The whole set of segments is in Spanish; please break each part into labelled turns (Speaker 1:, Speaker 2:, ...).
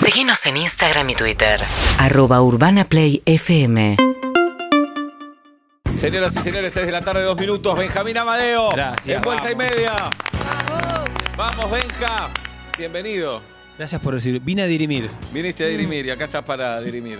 Speaker 1: Seguinos en Instagram y Twitter.
Speaker 2: arroba urbanaplayfm
Speaker 3: Señoras y señores, 6 de la tarde, dos minutos. Benjamín Amadeo.
Speaker 4: Gracias,
Speaker 3: En vuelta
Speaker 4: vamos.
Speaker 3: y media. Vamos, Benja. Bienvenido.
Speaker 4: Gracias por recibir. Vine a dirimir.
Speaker 3: Viniste a dirimir y acá estás para dirimir.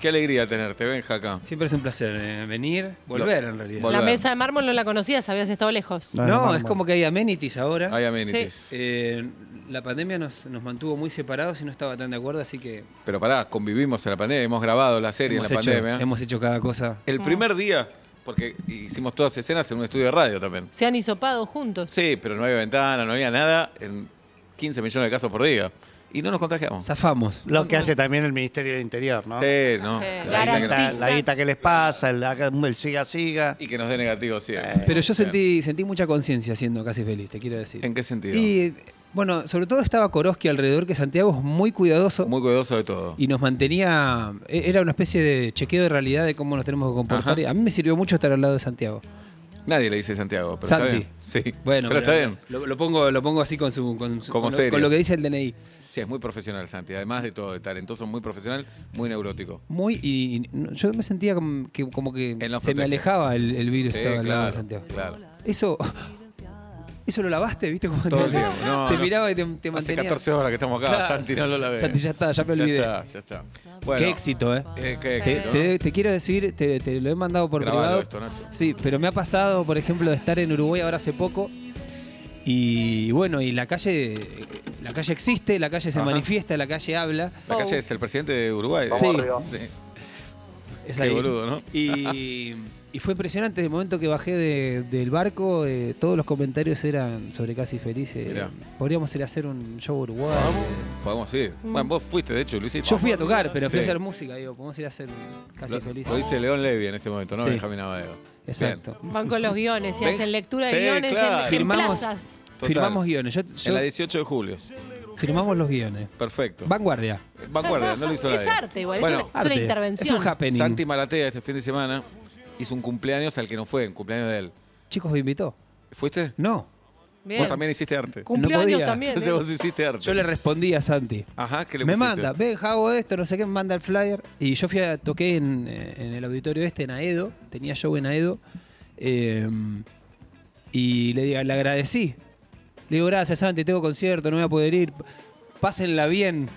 Speaker 3: Qué alegría tenerte, Benja, acá.
Speaker 4: Siempre es un placer eh, venir, volver en realidad.
Speaker 3: Volver.
Speaker 5: La mesa de mármol no la conocías, habías estado lejos.
Speaker 4: No, es como que hay amenities ahora.
Speaker 3: Hay amenities.
Speaker 4: Eh, la pandemia nos, nos mantuvo muy separados y no estaba tan de acuerdo, así que
Speaker 3: Pero pará, convivimos en la pandemia, hemos grabado la serie
Speaker 4: hemos,
Speaker 3: en la
Speaker 4: hecho,
Speaker 3: pandemia.
Speaker 4: hemos hecho cada cosa.
Speaker 3: El primer día, porque hicimos todas escenas en un estudio de radio también.
Speaker 5: Se han hisopado juntos.
Speaker 3: Sí, pero no había ventana, no había nada en 15 millones de casos por día. Y no nos contagiamos.
Speaker 4: Zafamos.
Speaker 6: Lo que hace también el Ministerio del Interior, ¿no?
Speaker 3: Mm. Sí, no.
Speaker 5: Sí,
Speaker 3: La guita que nos-
Speaker 6: La, la guita que les pasa, el, el siga siga.
Speaker 3: y que nos dé negativo, sí.
Speaker 4: Pero yo sentí, sentí mucha conciencia siendo casi feliz, te quiero decir.
Speaker 3: ¿En qué sentido?
Speaker 4: Y eh, bueno, sobre todo estaba Koroski alrededor, que Santiago es muy cuidadoso.
Speaker 3: Muy cuidadoso de todo.
Speaker 4: y nos mantenía, e- era una especie de chequeo de realidad de cómo nos tenemos que comportar.
Speaker 3: Ajá.
Speaker 4: Y A mí me sirvió mucho estar al lado de Santiago.
Speaker 3: Nadie le dice Santiago, pero
Speaker 4: Santi.
Speaker 3: está bien. Sí.
Speaker 4: Bueno,
Speaker 3: pero está bien.
Speaker 4: Lo, lo pongo, lo pongo así con su, con, su-
Speaker 3: Como
Speaker 4: con lo-
Speaker 3: serio.
Speaker 4: con lo que dice el DNI.
Speaker 3: Sí, es muy profesional Santi, además de todo, de talentoso, muy profesional, muy neurótico.
Speaker 4: Muy y, y no- yo me sentía como que, como que se
Speaker 3: Él nos
Speaker 4: me
Speaker 3: protege.
Speaker 4: alejaba el, el virus
Speaker 3: Sí,
Speaker 4: estaba al lado de
Speaker 3: claro,
Speaker 4: Santiago.
Speaker 3: claro.
Speaker 4: Eso eso lo lavaste, ¿viste? Como
Speaker 3: Todo
Speaker 4: te,
Speaker 3: el tiempo, no,
Speaker 4: te
Speaker 3: no.
Speaker 4: miraba y te, te
Speaker 3: Hace
Speaker 4: mantenía.
Speaker 3: 14 horas que estamos acá,
Speaker 4: Claro,
Speaker 3: Santi no lo lavé.
Speaker 4: Santi, ya está, ya me olvidé.
Speaker 3: Ya está, ya está. Bueno,
Speaker 4: Qué éxito, ¿eh?
Speaker 3: eh, qué
Speaker 4: Te,
Speaker 3: éxito.
Speaker 4: te- te quiero decir, te, te lo he mandado por
Speaker 3: Grabalo
Speaker 4: privado.
Speaker 3: esto, Nacho.
Speaker 4: Sí, pero me ha pasado, por ejemplo, de estar en Uruguay ahora hace poco. Y bueno, y la calle, la calle existe, la calle se
Speaker 3: Ajá.
Speaker 4: manifiesta, la calle habla.
Speaker 3: La
Speaker 5: Oh.
Speaker 3: calle es el presidente de Uruguay.
Speaker 4: Sí.
Speaker 3: sí.
Speaker 4: Es
Speaker 3: Qué
Speaker 4: ahí.
Speaker 3: boludo, ¿no?
Speaker 4: Y, y fue impresionante desde el momento que bajé de- del barco, eh, todos los comentarios eran sobre Casi Feliz. eh,
Speaker 3: Mirá.
Speaker 4: podríamos ir a hacer un show a Uruguay. eh.
Speaker 3: Podemos ir.
Speaker 5: Mm.
Speaker 3: Bueno, vos fuiste, de hecho, lo hiciste.
Speaker 4: Yo fui a tocar, pero fui a
Speaker 3: Sí.
Speaker 4: hacer música, digo, podemos ir a hacer un Casi
Speaker 3: Lo,
Speaker 4: Feliz.
Speaker 3: lo dice León Levy en este momento, ¿no?
Speaker 4: Sí.
Speaker 3: Benjamín Amadeo.
Speaker 4: Exacto.
Speaker 5: Van con los guiones y
Speaker 3: ¿Ven?
Speaker 5: hacen lectura de
Speaker 3: Sí,
Speaker 5: guiones en-
Speaker 3: claro.
Speaker 5: en,
Speaker 4: Firmamos.
Speaker 5: plazas.
Speaker 3: Total.
Speaker 4: Firmamos guiones. Yo,
Speaker 3: Bien.
Speaker 4: yo-
Speaker 3: En la 18 de julio.
Speaker 4: firmamos los guiones.
Speaker 3: Perfecto.
Speaker 4: Vanguardia.
Speaker 3: Vanguardia, no lo hizo
Speaker 5: Es
Speaker 3: nadie.
Speaker 5: arte igual, es
Speaker 3: Bueno,
Speaker 5: una- Es una
Speaker 4: Arte.
Speaker 5: intervención.
Speaker 4: Es un happening.
Speaker 3: Santi Malatea este fin de semana hizo un cumpleaños al que no fue, un cumpleaños de él.
Speaker 4: Chicos, me invitó.
Speaker 3: ¿Fuiste?
Speaker 4: No.
Speaker 5: Bien.
Speaker 3: Vos también hiciste arte.
Speaker 5: Cumplió
Speaker 4: No podía.
Speaker 5: años también.
Speaker 3: Entonces
Speaker 5: ¿eh?
Speaker 3: vos hiciste arte.
Speaker 4: Yo le respondí a Santi.
Speaker 3: Ajá, ¿qué le
Speaker 4: Me
Speaker 3: pusiste?
Speaker 4: manda, ve, hago esto, no sé qué, me manda el flyer. Y yo fui a, toqué en, eh, en el auditorio este, en Aedo, tenía show en Aedo. eh, y le, diga- le agradecí. Le digo, gracias Santi, tengo concierto, no voy a poder ir. Pásenla bien.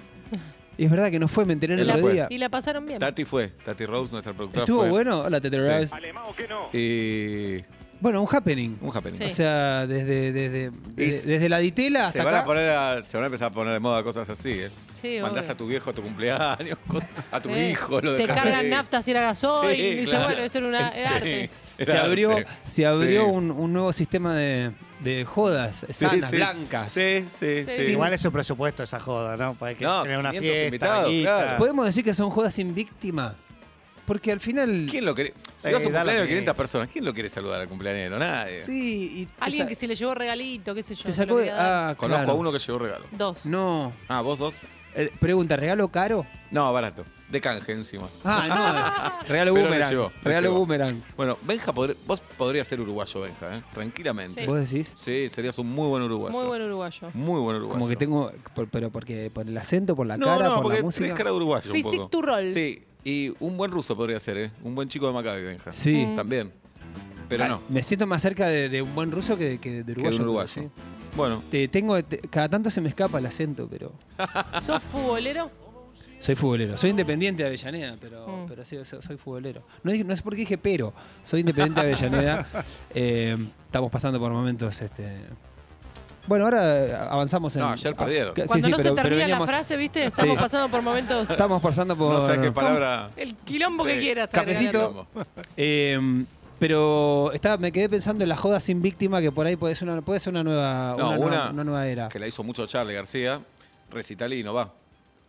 Speaker 4: Y es verdad que no fue, me enteré el
Speaker 5: Y la-
Speaker 4: otro día.
Speaker 5: Y la pasaron bien.
Speaker 3: Tati fue, Tati Rose, nuestra productora.
Speaker 4: ¿Estuvo
Speaker 3: fue.
Speaker 4: bueno? Hola, Tete Rose.
Speaker 3: Sí. Y
Speaker 4: Bueno, un happening.
Speaker 3: un happening.
Speaker 5: Sí.
Speaker 4: O sea, desde, desde,
Speaker 3: Es-
Speaker 4: desde, desde la ditela
Speaker 3: Se
Speaker 4: hasta
Speaker 3: van,
Speaker 4: acá.
Speaker 3: a poner a- se van a empezar a poner de moda cosas así, ¿eh?
Speaker 5: Sí,
Speaker 3: Mandás
Speaker 5: obvio.
Speaker 3: a tu viejo a tu cumpleaños, cosas- a tu
Speaker 5: Sí.
Speaker 3: hijo, lo
Speaker 5: Eh, Te
Speaker 3: dejás
Speaker 5: cargan
Speaker 3: ahí.
Speaker 5: nafta si era gasoil.
Speaker 3: Sí,
Speaker 5: y dices,
Speaker 3: claro.
Speaker 5: bueno, esto era una, era
Speaker 3: Sí,
Speaker 5: arte.
Speaker 3: era
Speaker 4: se abrió,
Speaker 3: arte.
Speaker 4: se abrió
Speaker 3: Sí.
Speaker 4: un, un nuevo sistema de, de jodas
Speaker 3: Sí,
Speaker 4: sanas,
Speaker 3: sí,
Speaker 4: blancas.
Speaker 3: Sí, sí,
Speaker 5: Sí.
Speaker 3: sí.
Speaker 6: Igual es su presupuesto esa joda, ¿no? Para que
Speaker 3: No,
Speaker 6: tener una
Speaker 3: 500
Speaker 6: fiesta.
Speaker 3: invitados,
Speaker 6: guita.
Speaker 3: claro.
Speaker 4: Podemos decir que son jodas sin víctima. Porque al final.
Speaker 3: ¿Quién lo quiere? Si
Speaker 4: Eh,
Speaker 6: Sí,
Speaker 3: vas a un
Speaker 6: da lo
Speaker 3: cumpleaños de
Speaker 6: que-
Speaker 3: 500 personas, ¿quién lo quiere saludar al cumpleañero? Nadie.
Speaker 4: Sí, y te
Speaker 5: Alguien
Speaker 4: sa-
Speaker 5: que se le llevó regalito, qué sé yo.
Speaker 4: te
Speaker 5: se lo
Speaker 4: sacó de.
Speaker 5: quería dar.
Speaker 4: Ah,
Speaker 3: Conozco
Speaker 4: claro.
Speaker 3: a uno que llevó regalo.
Speaker 5: Dos.
Speaker 4: No.
Speaker 3: Ah, ¿vos dos?
Speaker 4: Eh, pregunta, ¿regalo caro?
Speaker 3: No, barato. De canje encima.
Speaker 4: Ah, no. regalo
Speaker 3: Pero lo
Speaker 4: boomerang.
Speaker 3: llevó, lo
Speaker 4: regalo
Speaker 3: llevó.
Speaker 4: boomerang.
Speaker 3: Bueno, Benja, podr- vos podrías ser uruguayo, Benja, ¿eh? tranquilamente.
Speaker 5: Sí.
Speaker 4: ¿Vos decís?
Speaker 3: Sí, serías un muy buen uruguayo.
Speaker 5: Muy buen uruguayo.
Speaker 3: Muy buen uruguayo.
Speaker 4: Como que tengo. por- pero porque por el acento, por la
Speaker 3: no,
Speaker 4: cara,
Speaker 3: no,
Speaker 4: por
Speaker 3: porque
Speaker 4: la
Speaker 3: tenés
Speaker 4: música.
Speaker 3: cara de uruguayo. un
Speaker 5: Physique
Speaker 3: poco.
Speaker 5: to roll.
Speaker 3: Sí, y un buen ruso podría ser, ¿eh? Un buen chico de Maccabi, Benja.
Speaker 4: Sí.
Speaker 3: También. Pero
Speaker 4: Ah,
Speaker 3: no,
Speaker 4: Me siento más cerca de, de un buen ruso que, que de
Speaker 3: que
Speaker 4: uruguayo.
Speaker 3: de un
Speaker 4: pero
Speaker 3: uruguayo.
Speaker 4: sí.
Speaker 3: Bueno,
Speaker 4: Te tengo, te- cada tanto se me escapa el acento, pero.
Speaker 5: ¿Sos futbolero?
Speaker 4: Soy futbolero. Soy independiente de Avellaneda, pero,
Speaker 5: Mm.
Speaker 4: pero sí, so- soy futbolero. No, dije- no sé por qué dije pero. Soy independiente de Avellaneda. Eh, estamos pasando por momentos. Este... Bueno, ahora avanzamos en.
Speaker 3: No, ayer perdieron.
Speaker 4: que- sí,
Speaker 5: Cuando
Speaker 4: sí,
Speaker 5: no
Speaker 4: pero-
Speaker 5: se
Speaker 4: pero
Speaker 5: termina
Speaker 4: veníamos-
Speaker 5: la frase, ¿viste? Estamos pasando por momentos.
Speaker 4: Estamos pasando por.
Speaker 3: no sé qué palabra.
Speaker 5: El quilombo que
Speaker 3: Sí.
Speaker 5: quieras. te regalo.
Speaker 4: Cafecito. Eh, pero estaba, me quedé pensando en la joda sin víctima, que por ahí puede ser una, puede ser una nueva,
Speaker 3: No,
Speaker 4: una,
Speaker 3: una,
Speaker 4: nueva, una nueva era.
Speaker 3: que la hizo mucho Charlie García, recital y no va.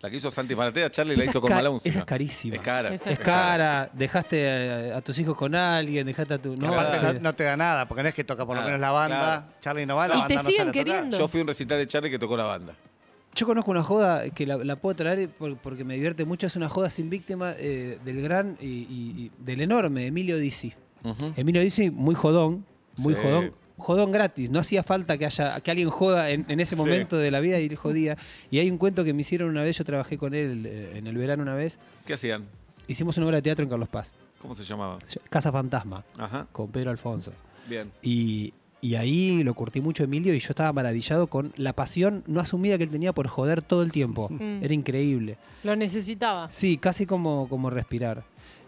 Speaker 3: La que hizo Santi Maratea, Charlie la
Speaker 4: Esa
Speaker 3: hizo
Speaker 4: es
Speaker 3: con
Speaker 4: ca-
Speaker 3: mala música.
Speaker 4: esa es carísima.
Speaker 3: Es cara.
Speaker 5: Esa
Speaker 4: Es cara, dejaste a, a tus hijos con alguien, dejaste a tu. No,
Speaker 6: Aparte,
Speaker 4: sí.
Speaker 6: no, no te da nada, porque no es que toca por lo
Speaker 3: Nada,
Speaker 6: menos la banda.
Speaker 3: Ah, claro.
Speaker 6: Charlie no va, la
Speaker 5: Y
Speaker 6: banda
Speaker 5: te
Speaker 6: no
Speaker 5: siguen
Speaker 6: sale a tocar.
Speaker 5: queriendo.
Speaker 3: Yo fui a un recital de Charlie que tocó la banda.
Speaker 4: Yo conozco una joda que la, la puedo traer por- porque me divierte mucho. Es una joda sin víctima eh, del gran y, y- y del enorme Emilio Dizzi. Emilio Dizzi, muy jodón, muy
Speaker 3: Sí.
Speaker 4: jodón. jodón gratis. No hacía falta que haya que alguien joda en, en ese
Speaker 3: Sí.
Speaker 4: momento de la vida y él jodía. Y hay un cuento que me hicieron una vez, yo trabajé con él eh, en el verano una vez.
Speaker 3: ¿Qué hacían?
Speaker 4: Hicimos una obra de teatro en Carlos Paz,
Speaker 3: ¿Cómo se llamaba?
Speaker 4: Casa Fantasma,
Speaker 3: Ajá,
Speaker 4: con Pedro Alfonso.
Speaker 3: bien.
Speaker 4: Y, y ahí lo curtí mucho a Emilio y yo estaba maravillado con la pasión no asumida que él tenía por joder todo el tiempo.
Speaker 5: Mm.
Speaker 4: Era increíble.
Speaker 5: Lo necesitaba.
Speaker 4: Sí, casi como, como respirar.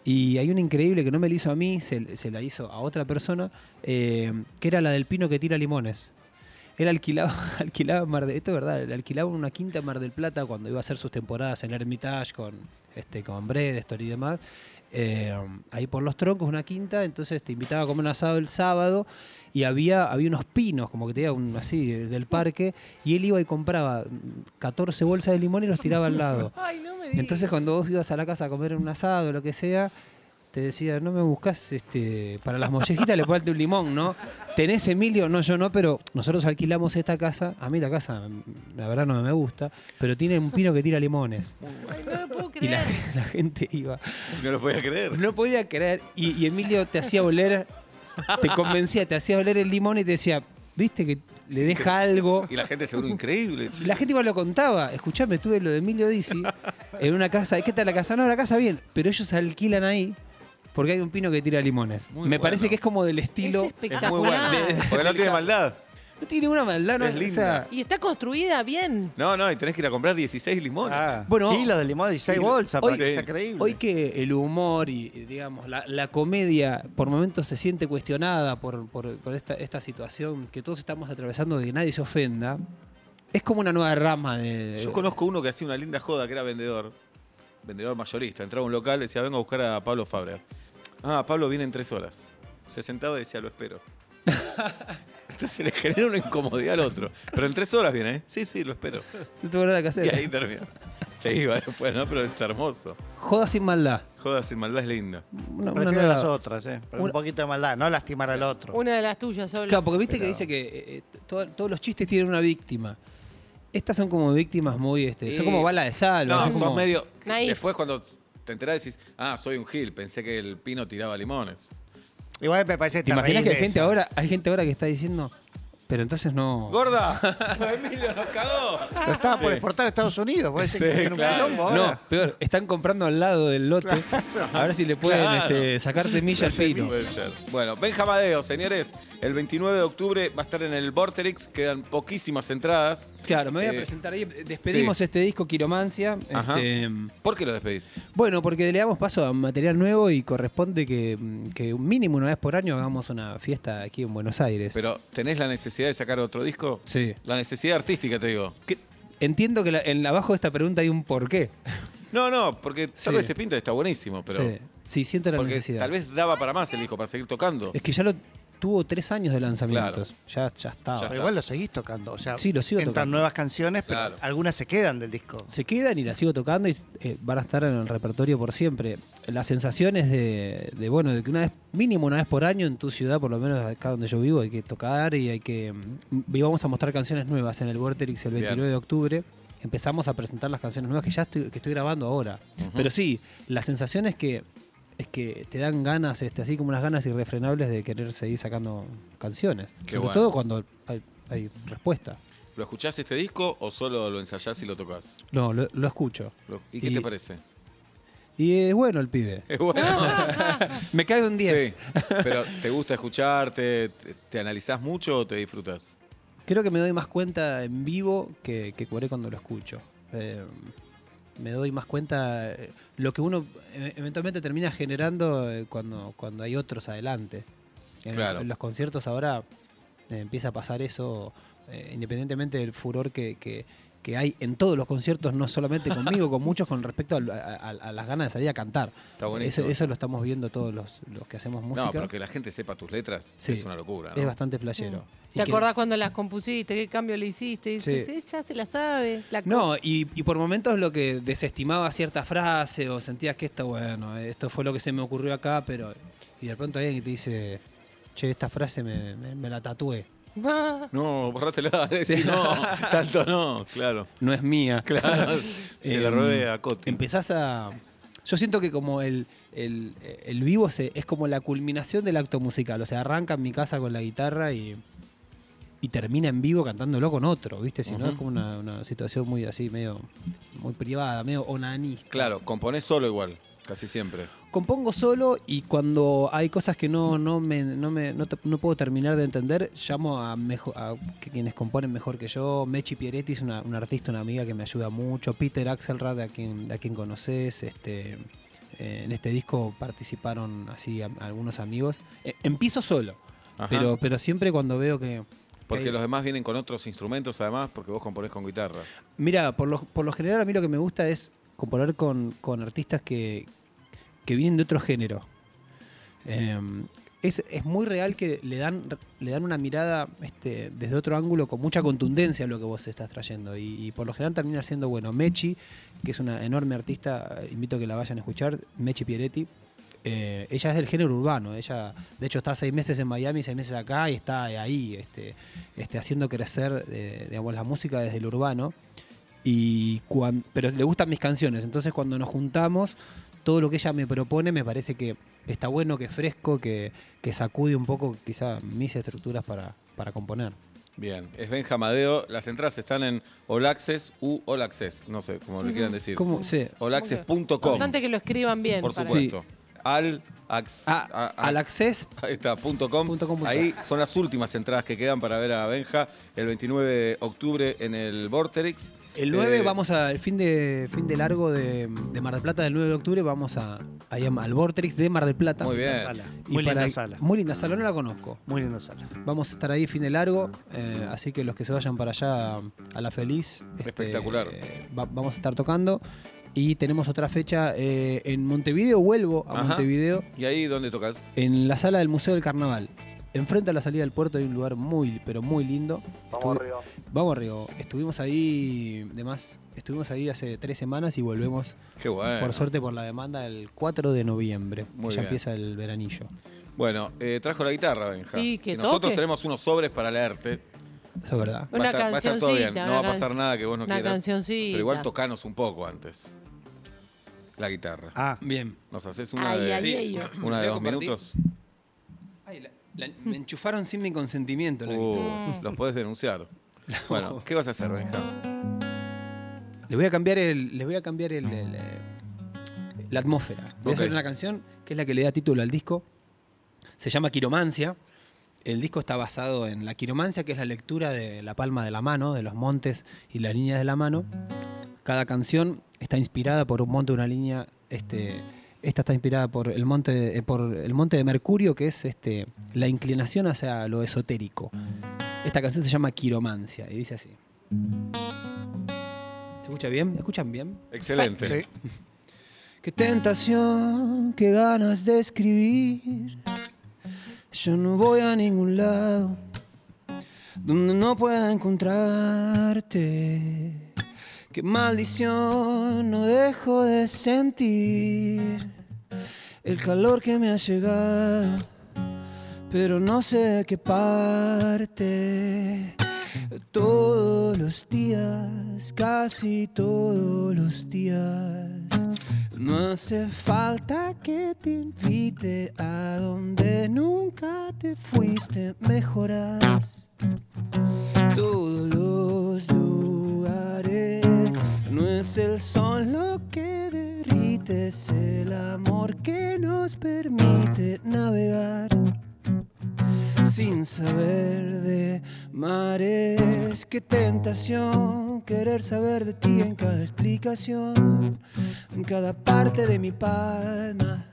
Speaker 4: Y hay una increíble que no me la hizo a mí, se, se la hizo a otra persona, eh, que era la del pino que tira limones. Él alquilaba, alquilaba en Mar del esto es verdad, él alquilaba una quinta en Mar del Plata cuando iba a hacer sus temporadas en Hermitage con este con Bredestor y demás. Eh, ahí por los troncos, una quinta, entonces te invitaba a comer un asado el sábado y había, había unos pinos, como que te diga, un, así, del parque, y él iba y compraba mm, 14 bolsas de limón y los tiraba al lado.
Speaker 5: Ay, no me digas.
Speaker 4: Entonces cuando vos ibas a la casa a comer un asado o lo que sea, te decía, no me buscas este, para las mollejitas, le ponerte un limón, ¿no? ¿Tenés Emilio? No, yo no, pero nosotros alquilamos esta casa. A mí la casa, mm, la verdad, no me gusta, pero tiene un pino que tira limones.
Speaker 5: Ay, no me puedo
Speaker 4: Y la,
Speaker 5: creer.
Speaker 4: la gente iba.
Speaker 3: No lo podía creer.
Speaker 4: No podía creer. Y, y Emilio te hacía oler, te convencía, te hacía oler el limón y te decía, viste que le deja algo.
Speaker 3: Y la gente seguro increíble.
Speaker 4: La gente igual lo contaba. Escuchame, tuve lo de Emilio Dizzi en una casa. ¿Qué tal la casa? No, la casa bien. Pero ellos alquilan ahí porque hay un pino que tira limones.
Speaker 3: Muy
Speaker 4: Me
Speaker 3: bueno.
Speaker 4: parece que es como del
Speaker 5: Es
Speaker 4: estilo.
Speaker 3: Es
Speaker 5: espectacular.
Speaker 3: muy bueno. Porque no tiene maldad.
Speaker 4: no tiene ninguna maldad, ¿no?
Speaker 3: Es
Speaker 4: O
Speaker 3: linda.
Speaker 4: sea,
Speaker 5: Y está construida bien.
Speaker 3: No, no, y tenés que ir a comprar 16 limones.
Speaker 6: Ah,
Speaker 4: Bueno,
Speaker 6: kilos de limón, 16
Speaker 3: kilo.
Speaker 6: bolsas,
Speaker 3: Hoy-
Speaker 6: para que sea creíble.
Speaker 4: hoy que el humor y, y, digamos, la, la comedia por momentos se siente cuestionada por, por- por esta, esta situación que todos estamos atravesando de que nadie se ofenda, es como una nueva rama de.
Speaker 3: Yo conozco uno que hacía una linda joda, que era vendedor. Vendedor mayorista. Entraba a un local, decía, vengo a buscar a Pablo Fabregas. Ah, Pablo viene en tres horas. Se sentaba y decía, lo espero. Entonces le genera una incomodidad al otro. Pero en tres horas viene, ¿eh? Sí, sí, lo espero.
Speaker 4: Se tuvo nada que hacer.
Speaker 3: Y ahí termina. Se iba después, ¿no? Pero es hermoso.
Speaker 4: Joda sin maldad.
Speaker 3: Joda sin maldad es linda.
Speaker 4: Una- una
Speaker 6: Prefiero
Speaker 4: nueva-
Speaker 6: las otras, eh. Pero
Speaker 4: Una-
Speaker 6: un poquito de maldad, no lastimar al otro.
Speaker 5: Una de las tuyas, solo.
Speaker 4: Claro, porque viste que dice que eh, eh, to- todos los chistes tienen una víctima. Estas son como víctimas muy, este, son
Speaker 3: Y-
Speaker 4: como bala de sal.
Speaker 3: No,
Speaker 4: son
Speaker 3: sos
Speaker 4: como-
Speaker 3: medio.
Speaker 5: Naif.
Speaker 3: Después cuando te enterás decís, ah, soy un gil, pensé que el pino tiraba limones.
Speaker 6: Igual me parece
Speaker 4: ¿Te imaginas que hay gente ahora, hay gente ahora que está diciendo, pero entonces no.
Speaker 3: ¡Gorda! ¡Emilio nos cagó!
Speaker 6: Lo estaba por exportar a Estados Unidos, puede ser que
Speaker 3: Sí,
Speaker 6: tiene un
Speaker 3: claro.
Speaker 6: quilombo
Speaker 4: No,
Speaker 6: ahora.
Speaker 4: peor, están comprando al lado del lote. A ver si le pueden
Speaker 3: Claro.
Speaker 4: este, sacar semillas al pino.
Speaker 3: Puede ser. Bueno, Benjamadeo, señores, el 29 de octubre va a estar en el Vorterix, quedan poquísimas entradas.
Speaker 4: Claro, me voy a
Speaker 3: Eh,
Speaker 4: presentar ahí. Despedimos
Speaker 3: sí.
Speaker 4: este disco Quiromancia.
Speaker 3: Ajá.
Speaker 4: este,
Speaker 3: ¿Por qué lo despedís?
Speaker 4: Bueno, porque le damos paso a material nuevo y corresponde que, que un mínimo una vez por año hagamos una fiesta aquí en Buenos Aires.
Speaker 3: Pero, ¿tenés la necesidad de sacar otro disco?
Speaker 4: Sí.
Speaker 3: La necesidad artística, te digo.
Speaker 4: Que- entiendo que la- en abajo de esta pregunta hay un porqué.
Speaker 3: No, no, porque tal
Speaker 4: Sí.
Speaker 3: vez te pinta, está buenísimo, pero.
Speaker 4: sí, sí, siento la
Speaker 3: Porque
Speaker 4: necesidad.
Speaker 3: tal vez daba para más el disco, para seguir tocando.
Speaker 4: Es que ya lo tuvo tres años de lanzamientos. Ya, ya estaba.
Speaker 3: Ya.
Speaker 6: Pero igual lo seguís tocando, o sea,
Speaker 4: Sí, lo sigo
Speaker 6: entran
Speaker 4: tocando.
Speaker 6: nuevas canciones, pero
Speaker 3: Claro.
Speaker 6: algunas se quedan del disco.
Speaker 4: Se quedan y la sigo tocando y eh, van a estar en el repertorio por siempre. Las sensaciones de, de, bueno, de que una vez, mínimo una vez por año en tu ciudad, por lo menos acá donde yo vivo, hay que tocar y hay que. mm, Y vamos a mostrar canciones nuevas en el Vorterix el
Speaker 3: Bien.
Speaker 4: 29 de octubre. Empezamos a presentar las canciones nuevas que ya estoy, que estoy grabando ahora. Pero sí, la sensación es que es que te dan ganas, este, así como unas ganas irrefrenables de querer seguir sacando canciones.
Speaker 3: Qué
Speaker 4: Sobre
Speaker 3: bueno.
Speaker 4: todo cuando hay, hay respuesta.
Speaker 3: ¿Lo escuchás este disco o solo lo ensayás y lo tocas?
Speaker 4: No, lo, lo escucho.
Speaker 3: ¿Y qué
Speaker 4: Y-
Speaker 3: te parece?
Speaker 4: Y es bueno el pibe.
Speaker 3: Es bueno.
Speaker 4: Ah, Me cae un 10.
Speaker 3: Sí, pero ¿te gusta escucharte? ¿Te, te analizás mucho o te disfrutas?
Speaker 4: Creo que me doy más cuenta en vivo que, que por ahí cuando lo escucho. Eh, me doy más cuenta eh, lo que uno eh, eventualmente termina generando eh, cuando, cuando hay otros adelante. En,
Speaker 3: Claro.
Speaker 4: en los conciertos ahora eh, empieza a pasar eso, eh, independientemente del furor que, que- que hay en todos los conciertos, no solamente conmigo, con muchos con respecto al- a, a- a las ganas de salir a cantar.
Speaker 3: Está buenísimo
Speaker 4: Eso, eso
Speaker 3: eso.
Speaker 4: lo estamos viendo todos los, los que hacemos música.
Speaker 3: No, pero que la gente sepa tus letras
Speaker 4: Sí.
Speaker 3: es una locura. ¿no?
Speaker 4: Es bastante flashero. Y
Speaker 5: Mm. ¿Te
Speaker 4: que-
Speaker 5: acordás cuando las compusiste? ¿Qué cambio le hiciste? Dices,
Speaker 4: Sí.
Speaker 5: ella se la sabe. La co-
Speaker 4: No, y, y por momentos lo que desestimaba cierta frase o sentías que esto, bueno, esto fue lo que se me ocurrió acá, pero. Y de pronto alguien que te dice, che, esta frase me, me- me la tatué.
Speaker 5: Ah,
Speaker 3: No, borrátela. Sí. No, tanto no. Claro.
Speaker 4: No es mía.
Speaker 3: Claro. Se la
Speaker 4: Em,
Speaker 3: robé a Coti.
Speaker 4: Empezás a. Yo siento que como el, el, el vivo se- es como la culminación del acto musical. O sea, arranca en mi casa con la guitarra y y termina en vivo cantándolo con otro, ¿viste? Si no, es como una, una situación muy así, medio muy privada, medio onanista.
Speaker 3: Claro, componés solo igual, casi siempre.
Speaker 4: Compongo solo y cuando hay cosas que no, no, me, no, me, no, te- no puedo terminar de entender, llamo a, mejo- a que- quienes componen mejor que yo. Mechi Pieretti es una, una artista, una amiga que me ayuda mucho. Peter Axelrad, a quien, a quien conoces. Este, eh, en este disco participaron así a- algunos amigos. Eh, empiezo solo,
Speaker 3: Ajá.
Speaker 4: pero, pero siempre cuando veo que...
Speaker 3: Porque
Speaker 4: Ok.
Speaker 3: los demás vienen con otros instrumentos, además, porque vos componés con guitarra.
Speaker 4: Mira, por lo, por lo general a mí lo que me gusta es componer con, con artistas que, que vienen de otro género. Eh, es, es muy real que le dan, le dan una mirada este, desde otro ángulo con mucha contundencia a lo que vos estás trayendo. Y, y por lo general termina siendo bueno. Mechi, que es una enorme artista, eh, invito a que la vayan a escuchar, Mechi Pieretti. eh, ella es del género urbano, ella de hecho está seis meses en Miami, seis meses acá y está ahí, este, este, haciendo crecer eh, digamos, la música desde el urbano. Y cuan- pero le gustan mis canciones, entonces cuando nos juntamos, todo lo que ella me propone me parece que está bueno, que es fresco, que, que sacude un poco quizá mis estructuras para, para componer.
Speaker 3: Bien, es Benjamadeo. Las entradas están en All Access u All Access, no sé cómo le quieran decir.
Speaker 4: ¿Cómo? Sí.
Speaker 3: Olaccess.com.
Speaker 5: Importante que lo escriban bien.
Speaker 3: Por
Speaker 5: para-
Speaker 3: supuesto. Al Access.
Speaker 4: Ah, al Access,
Speaker 3: Ahí está, punto com.
Speaker 4: Punto com, punto
Speaker 3: Ahí son las últimas entradas que quedan para ver a Benja el 29 de octubre en el Vorterix.
Speaker 4: el 9
Speaker 3: Eh,
Speaker 4: vamos al fin de, fin de largo de, de Mar del Plata, del 9 de octubre vamos a, ahí a- al Vortex de Mar del Plata.
Speaker 3: Muy bien.
Speaker 6: Sala. Muy
Speaker 4: para-
Speaker 6: linda sala.
Speaker 4: Muy linda sala, no la conozco.
Speaker 6: Muy linda sala.
Speaker 4: Vamos a estar ahí fin de largo, eh, así que los que se vayan para allá a la feliz. este,
Speaker 3: Espectacular.
Speaker 4: eh, va- vamos a estar tocando. Y tenemos otra fecha eh, en Montevideo, vuelvo a
Speaker 3: Ajá.
Speaker 4: Montevideo,
Speaker 3: ¿Y ahí dónde tocas?
Speaker 4: en la sala del Museo del Carnaval. Enfrente a la salida del puerto hay un lugar muy, pero muy lindo. Estuvi- Vamos arriba. Estuvimos ahí, de más, estuvimos ahí hace tres semanas y volvemos,
Speaker 3: Qué bueno.
Speaker 4: por suerte, por la demanda, el 4 de noviembre.
Speaker 3: Eh. Muy
Speaker 4: ya
Speaker 3: bien.
Speaker 4: empieza el veranillo.
Speaker 3: Bueno, eh, trajo la guitarra, Benja.
Speaker 5: Sí, que
Speaker 3: Y nosotros
Speaker 5: toque.
Speaker 3: tenemos unos sobres para leerte.
Speaker 4: Eso es verdad.
Speaker 3: va, a
Speaker 5: Una
Speaker 3: estar, va a estar todo bien.
Speaker 5: cancioncita.
Speaker 3: No va a
Speaker 5: una
Speaker 3: pasar
Speaker 5: can-
Speaker 3: nada que vos no
Speaker 5: una
Speaker 3: quieras.
Speaker 5: cancioncita.
Speaker 3: Pero igual tocanos un poco antes. La guitarra.
Speaker 6: Ah,
Speaker 4: Bien.
Speaker 3: Nos haces una
Speaker 5: Ay,
Speaker 3: de,
Speaker 5: ay,
Speaker 3: sí,
Speaker 5: ay, ay.
Speaker 3: Una de dos
Speaker 4: ¿Puedo compartir?
Speaker 3: minutos.
Speaker 4: Ay, la- la- me enchufaron sin mi consentimiento. la guitarra.
Speaker 3: Uh, los podés denunciar. Bueno, ¿qué vas a hacer, Benja?
Speaker 4: Les voy a cambiar el, les voy a cambiar el, el, eh, la atmósfera. Voy a
Speaker 3: Ok.
Speaker 4: hacer una canción que es la que le da título al disco. Se llama Quiromancia. El disco está basado en la quiromancia, que es la lectura de la palma de la mano, de los montes y las líneas de la mano. Cada canción está inspirada por un monte, una línea. Este, esta está inspirada por el monte, eh, por el monte de Mercurio, que es este, la inclinación hacia lo esotérico. Esta canción se llama Quiromancia y dice así. ¿Se escucha bien? ¿Escuchan bien?
Speaker 3: Excelente.
Speaker 6: sí.
Speaker 4: Qué tentación, qué ganas de escribir. Yo no voy a ningún lado donde no pueda encontrarte. Qué maldición, no dejo de sentir el calor que me ha llegado, pero no sé de qué parte. Todos los días, casi todos los días, no hace falta que te invite a donde nunca te fuiste, mejoras todos los lugares. No es el sol lo que derrite, es el amor que nos permite navegar. Sin saber de mares, qué tentación querer saber de ti en cada explicación, en cada parte de mi palma,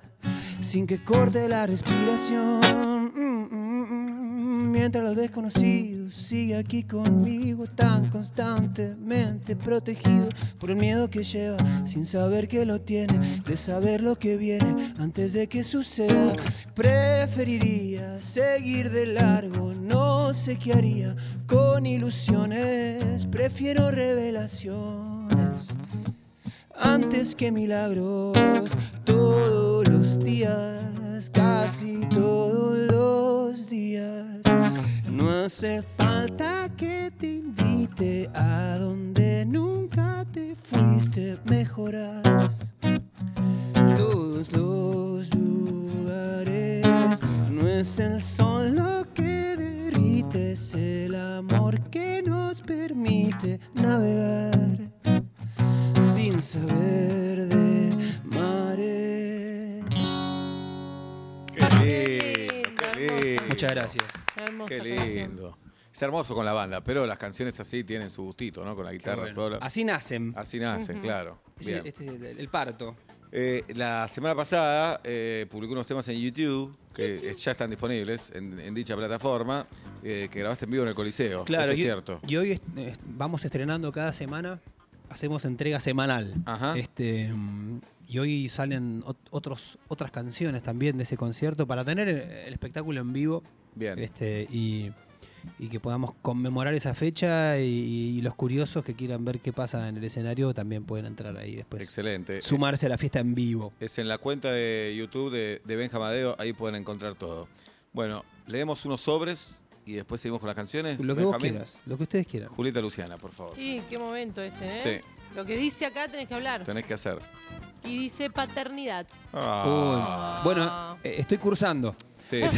Speaker 4: sin que corte la respiración. Mm, mm, mm. Mientras lo desconocido sigue aquí conmigo, tan constantemente protegido por el miedo que lleva, sin saber que lo tiene, de saber lo que viene antes de que suceda. Preferiría seguir de largo, no sé qué haría con ilusiones, prefiero revelaciones antes que milagros todos los días, casi todos los días. No hace falta que te invite a donde nunca te fuiste, mejoras todos los lugares. No es el sol lo que derrite, es el amor permite navegar sin saber de mares.
Speaker 3: Qué lindo, qué lindo.
Speaker 4: Muchas gracias.
Speaker 5: Hermosa
Speaker 3: Qué
Speaker 5: canción.
Speaker 3: lindo. Es hermoso con la banda, pero las canciones así tienen su gustito, ¿no? Con la guitarra sola. Así,
Speaker 4: Así nacen.
Speaker 3: nacen, claro.
Speaker 4: Sí,
Speaker 3: Ah, Bien.
Speaker 4: este es el, el parto.
Speaker 3: Eh, la semana pasada eh, publicó unos temas en YouTube que eh, ya están disponibles en, en dicha plataforma eh, que grabaste en vivo en el Coliseo.
Speaker 4: Claro,
Speaker 3: Esto es
Speaker 4: y-
Speaker 3: cierto.
Speaker 4: Y hoy est- est- vamos estrenando cada semana, hacemos entrega semanal.
Speaker 3: Ajá.
Speaker 4: Este, mm, y hoy salen ot- otros, otras canciones también de ese concierto para tener el, el espectáculo en vivo
Speaker 3: Bien.
Speaker 4: este, y, y que podamos conmemorar esa fecha y, y los curiosos que quieran ver qué pasa en el escenario también pueden entrar ahí después.
Speaker 3: Excelente.
Speaker 4: Sumarse a la fiesta en vivo.
Speaker 3: Es en la cuenta de YouTube de, de Benja Madeo, ahí pueden encontrar todo. Bueno, leemos unos sobres y después seguimos con las canciones.
Speaker 4: Lo que vos
Speaker 3: Benjamín.
Speaker 4: quieras, lo que ustedes quieran.
Speaker 3: Julieta Luciana, por favor.
Speaker 5: Y qué momento este, ¿eh? Lo que dice acá tenés que hablar.
Speaker 3: Tenés que hacer.
Speaker 5: Y dice paternidad.
Speaker 3: Ah.
Speaker 4: Uy. Bueno, eh, estoy cursando.
Speaker 3: Sí.
Speaker 5: no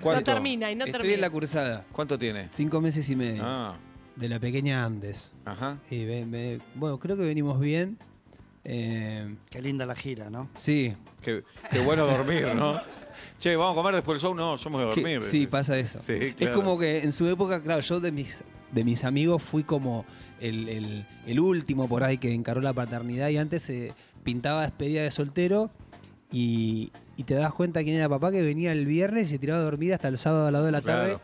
Speaker 3: ¿Cuánto?
Speaker 5: termina y no
Speaker 4: estoy
Speaker 5: termina.
Speaker 4: en la cursada.
Speaker 3: ¿Cuánto tiene?
Speaker 4: Cinco meses y medio.
Speaker 3: Ah,
Speaker 4: De la pequeña Andes.
Speaker 3: ajá.
Speaker 4: Y ve- ve- bueno, creo que venimos bien. Eh,
Speaker 6: Qué linda la gira, ¿no?
Speaker 4: sí.
Speaker 3: Qué, qué bueno dormir, ¿no? Che, ¿vamos a comer después del show? No, yo me voy a
Speaker 4: que-
Speaker 3: dormir.
Speaker 4: sí, pasa eso.
Speaker 3: Sí, claro.
Speaker 4: Es como que en su época, claro, yo de mis, de mis amigos fui como el, el- el último por ahí que encaró la paternidad y antes se pintaba despedida de soltero y, y te das cuenta quién era papá que venía el viernes y se tiraba dormida hasta el sábado a las 2 de la
Speaker 3: Claro.
Speaker 4: tarde.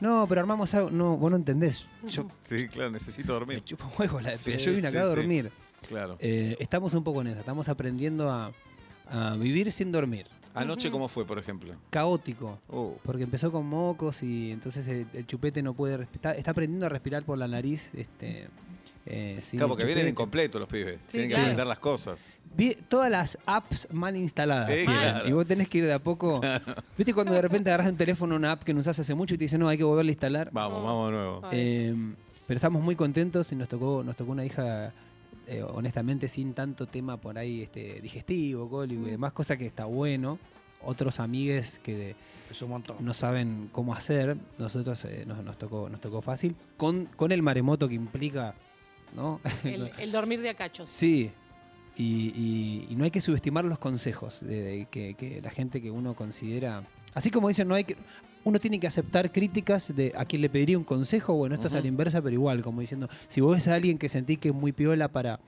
Speaker 4: No, pero armamos algo. No, vos no entendés. Yo
Speaker 3: Sí, claro, necesito
Speaker 4: me
Speaker 3: dormir.
Speaker 4: chupo un huevo la despedida.
Speaker 3: Sí,
Speaker 4: yo vine acá
Speaker 3: sí,
Speaker 4: a
Speaker 3: sí.
Speaker 4: dormir.
Speaker 3: Claro.
Speaker 4: Eh, estamos un poco en esa, estamos aprendiendo a, a vivir sin dormir.
Speaker 3: Anoche, ¿cómo fue, por ejemplo?
Speaker 4: Caótico,
Speaker 3: Oh,
Speaker 4: porque empezó con mocos y entonces el, el chupete no puede resp- está, está aprendiendo a respirar por la nariz. Este, eh, sin
Speaker 3: claro,
Speaker 4: el
Speaker 3: porque vienen
Speaker 4: chupete.
Speaker 3: incompletos los pibes. Tienen que
Speaker 5: claro.
Speaker 3: aprender las cosas.
Speaker 4: Vi- todas las apps mal instaladas.
Speaker 3: Sí,
Speaker 4: Julián,
Speaker 3: claro.
Speaker 4: Y vos tenés que ir de a poco. ¿Viste cuando de repente agarras un teléfono, una app que no usás hace mucho y te dicen, no, hay que volverla a instalar?
Speaker 3: Vamos, vamos de nuevo.
Speaker 5: Ay.
Speaker 4: Eh, pero estamos muy contentos y nos tocó, nos tocó una hija, eh, honestamente, sin tanto tema por ahí este, digestivo, cólico y
Speaker 3: Mm.
Speaker 4: demás, cosa que está bueno. Otros amigues que
Speaker 6: Es un montón.
Speaker 4: no saben cómo hacer, nosotros eh, nos, nos tocó, nos tocó fácil. Con, con el maremoto que implica, ¿no?
Speaker 5: El, el dormir de acachos.
Speaker 4: sí. Y, y- y no hay que subestimar los consejos de, de que, que la gente que uno considera. Así como dicen, no hay que. Uno tiene que aceptar críticas de a quien le pediría un consejo. Bueno, esto es a la inversa, pero igual, como diciendo, si vos ves a alguien que sentís que es muy piola para.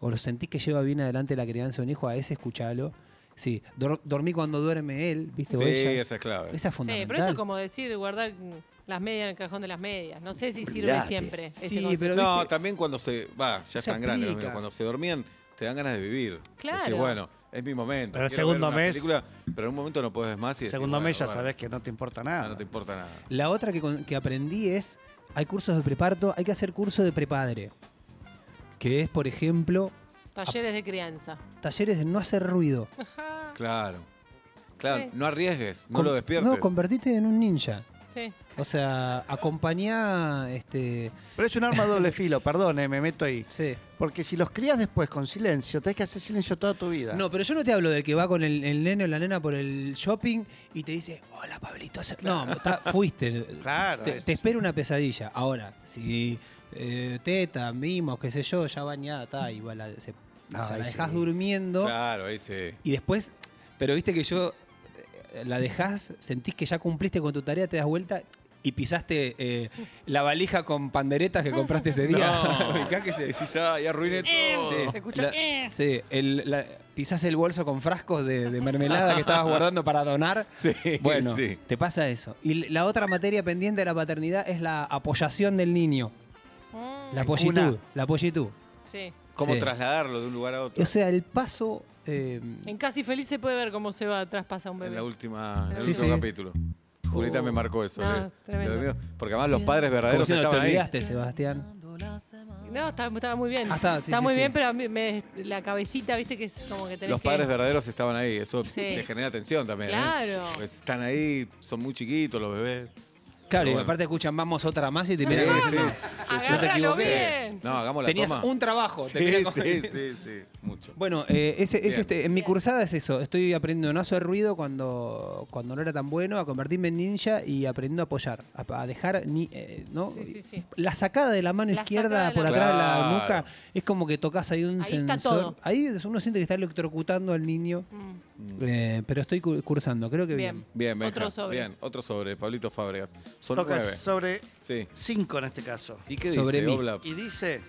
Speaker 4: o lo sentís que lleva bien adelante la crianza de un hijo, a ese escuchalo. Sí, dor- dormí cuando duerme él, ¿viste? o
Speaker 3: Sí,
Speaker 4: ella.
Speaker 3: esa es clave.
Speaker 4: Esa es
Speaker 5: Sí,
Speaker 4: fundamental.
Speaker 5: pero eso es como decir guardar mm, las medias en el cajón de las medias. No sé si sirve
Speaker 3: Olvidate.
Speaker 5: siempre. ese
Speaker 4: Sí,
Speaker 5: consejo.
Speaker 4: pero
Speaker 3: No,
Speaker 4: viste-
Speaker 3: también cuando se. Va, ya
Speaker 4: Se
Speaker 3: están grandes los
Speaker 4: aplica.
Speaker 3: míos. Cuando se dormían, te dan ganas de vivir.
Speaker 5: Claro.
Speaker 3: Decís, bueno, es mi momento.
Speaker 6: Pero el
Speaker 3: quiero ver
Speaker 6: segundo
Speaker 3: una
Speaker 6: mes-
Speaker 3: película, pero en un momento no puedes más y decís,
Speaker 6: Segundo
Speaker 3: bueno,
Speaker 6: mes ya
Speaker 3: bueno,
Speaker 6: sabés que no te importa
Speaker 3: ya
Speaker 6: nada.
Speaker 3: No te importa nada.
Speaker 4: La otra que, con- que aprendí es, hay cursos de preparto, hay que hacer curso de prepadre, que es, por ejemplo,
Speaker 5: Talleres de crianza.
Speaker 4: talleres de no hacer ruido.
Speaker 3: Claro. Claro,
Speaker 5: Sí.
Speaker 3: no arriesgues, no
Speaker 4: Con-
Speaker 3: lo despiertes.
Speaker 4: No, convertite en un ninja.
Speaker 5: Sí.
Speaker 4: O sea, acompañá, este,
Speaker 6: Pero es un arma de doble filo, perdón, eh, me meto ahí.
Speaker 4: sí.
Speaker 6: Porque si los crías después con silencio, tenés que hacer silencio toda tu vida.
Speaker 4: No, pero yo no te hablo del que va con el, el nene o la nena por el shopping y te dice, hola Pablito. se-". No, está- fuiste.
Speaker 6: Claro,
Speaker 4: Te,
Speaker 6: es-
Speaker 4: te espera una pesadilla. Ahora, si eh, teta, mimos, qué sé yo, ya bañada, está, igual la, se- o
Speaker 6: Ah,
Speaker 4: sea, la
Speaker 6: ahí
Speaker 4: dejás
Speaker 6: sí.
Speaker 4: durmiendo.
Speaker 3: Claro, ahí sí.
Speaker 4: Y después, pero viste que yo eh, la dejás, sentís que ya cumpliste con tu tarea, te das vuelta y pisaste eh, la valija con panderetas que compraste ese día. Ubicás que se-
Speaker 3: Decís, ah, ya arruiné todo.
Speaker 4: Sí, la- sí, el- la- pisás el bolso con frascos de, de mermelada que estabas guardando para donar.
Speaker 3: Sí,
Speaker 4: bueno,
Speaker 3: sí.
Speaker 4: te pasa eso. Y l- la otra materia pendiente de la paternidad es la apoyación del niño.
Speaker 5: Mm,
Speaker 4: La
Speaker 6: En cuna.
Speaker 4: apoyitud, la apoyitud.
Speaker 5: sí.
Speaker 3: ¿Cómo
Speaker 4: Sí.
Speaker 3: trasladarlo de un lugar a otro?
Speaker 4: O sea, el paso... eh,
Speaker 5: En Casi Feliz se puede ver cómo se va traspasa un
Speaker 3: En
Speaker 5: bebé.
Speaker 3: la última, en el
Speaker 5: Sí, Uh.
Speaker 3: último
Speaker 4: sí.
Speaker 3: capítulo. Julieta me marcó eso.
Speaker 5: No,
Speaker 3: le-
Speaker 5: tremendo.
Speaker 3: lo mío, porque además los padres
Speaker 4: como
Speaker 3: verdaderos
Speaker 4: diciendo, te
Speaker 3: estaban ahí.
Speaker 4: olvidaste, Sebastián.
Speaker 5: No, está- estaba, muy bien.
Speaker 4: Ah, está, sí, sí,
Speaker 5: muy
Speaker 4: sí.
Speaker 5: bien, pero a mí me- la cabecita, viste, que es como que tenés
Speaker 3: Los
Speaker 5: que-
Speaker 3: padres verdaderos estaban ahí, eso
Speaker 5: Sí.
Speaker 3: te genera tensión también. ¿eh?
Speaker 5: Claro.
Speaker 3: Porque Están ahí, son muy chiquitos los bebés.
Speaker 4: Claro, y
Speaker 3: Bueno.
Speaker 4: aparte escuchan, vamos otra más y te
Speaker 3: Sí,
Speaker 4: miran como
Speaker 3: sí.
Speaker 4: diciendo,
Speaker 5: Agárralo
Speaker 4: no te equivoqué.
Speaker 5: bien.
Speaker 3: No, hagamos la
Speaker 4: Tenías
Speaker 3: toma.
Speaker 4: un trabajo. te
Speaker 3: Sí,
Speaker 4: quería
Speaker 3: sí,
Speaker 4: comer.
Speaker 3: sí, sí. Mucho.
Speaker 4: Bueno, eh, ese,
Speaker 3: Bien.
Speaker 4: eso este, en mi
Speaker 5: Bien.
Speaker 4: cursada es eso. Estoy aprendiendo a no hacer ruido cuando, cuando no era tan bueno, a convertirme en ninja y aprendiendo a apoyar, a, a dejar ni, eh, ¿no?
Speaker 5: Sí, sí, sí.
Speaker 4: la sacada de la mano
Speaker 5: La
Speaker 4: izquierda
Speaker 5: sacada de la
Speaker 4: por
Speaker 5: mano.
Speaker 4: atrás de la
Speaker 3: Claro.
Speaker 4: nuca es como que tocas ahí un
Speaker 5: Ahí
Speaker 4: sensor.
Speaker 5: está todo.
Speaker 4: Ahí uno siente que está electrocutando al niño.
Speaker 5: Mm,
Speaker 4: Eh, pero estoy cu- cursando, creo que bien.
Speaker 3: Bien,
Speaker 5: Bien.
Speaker 3: Benja.
Speaker 5: Otro sobre.
Speaker 3: Bien, otro sobre, Pablito Fábregas. Son
Speaker 6: Toca
Speaker 3: nueve.
Speaker 6: sobre
Speaker 3: Sí.
Speaker 6: 5 en este caso.
Speaker 3: ¿Y qué
Speaker 4: Sobre
Speaker 3: dice,
Speaker 4: mí.
Speaker 3: Obla?
Speaker 6: Y dice,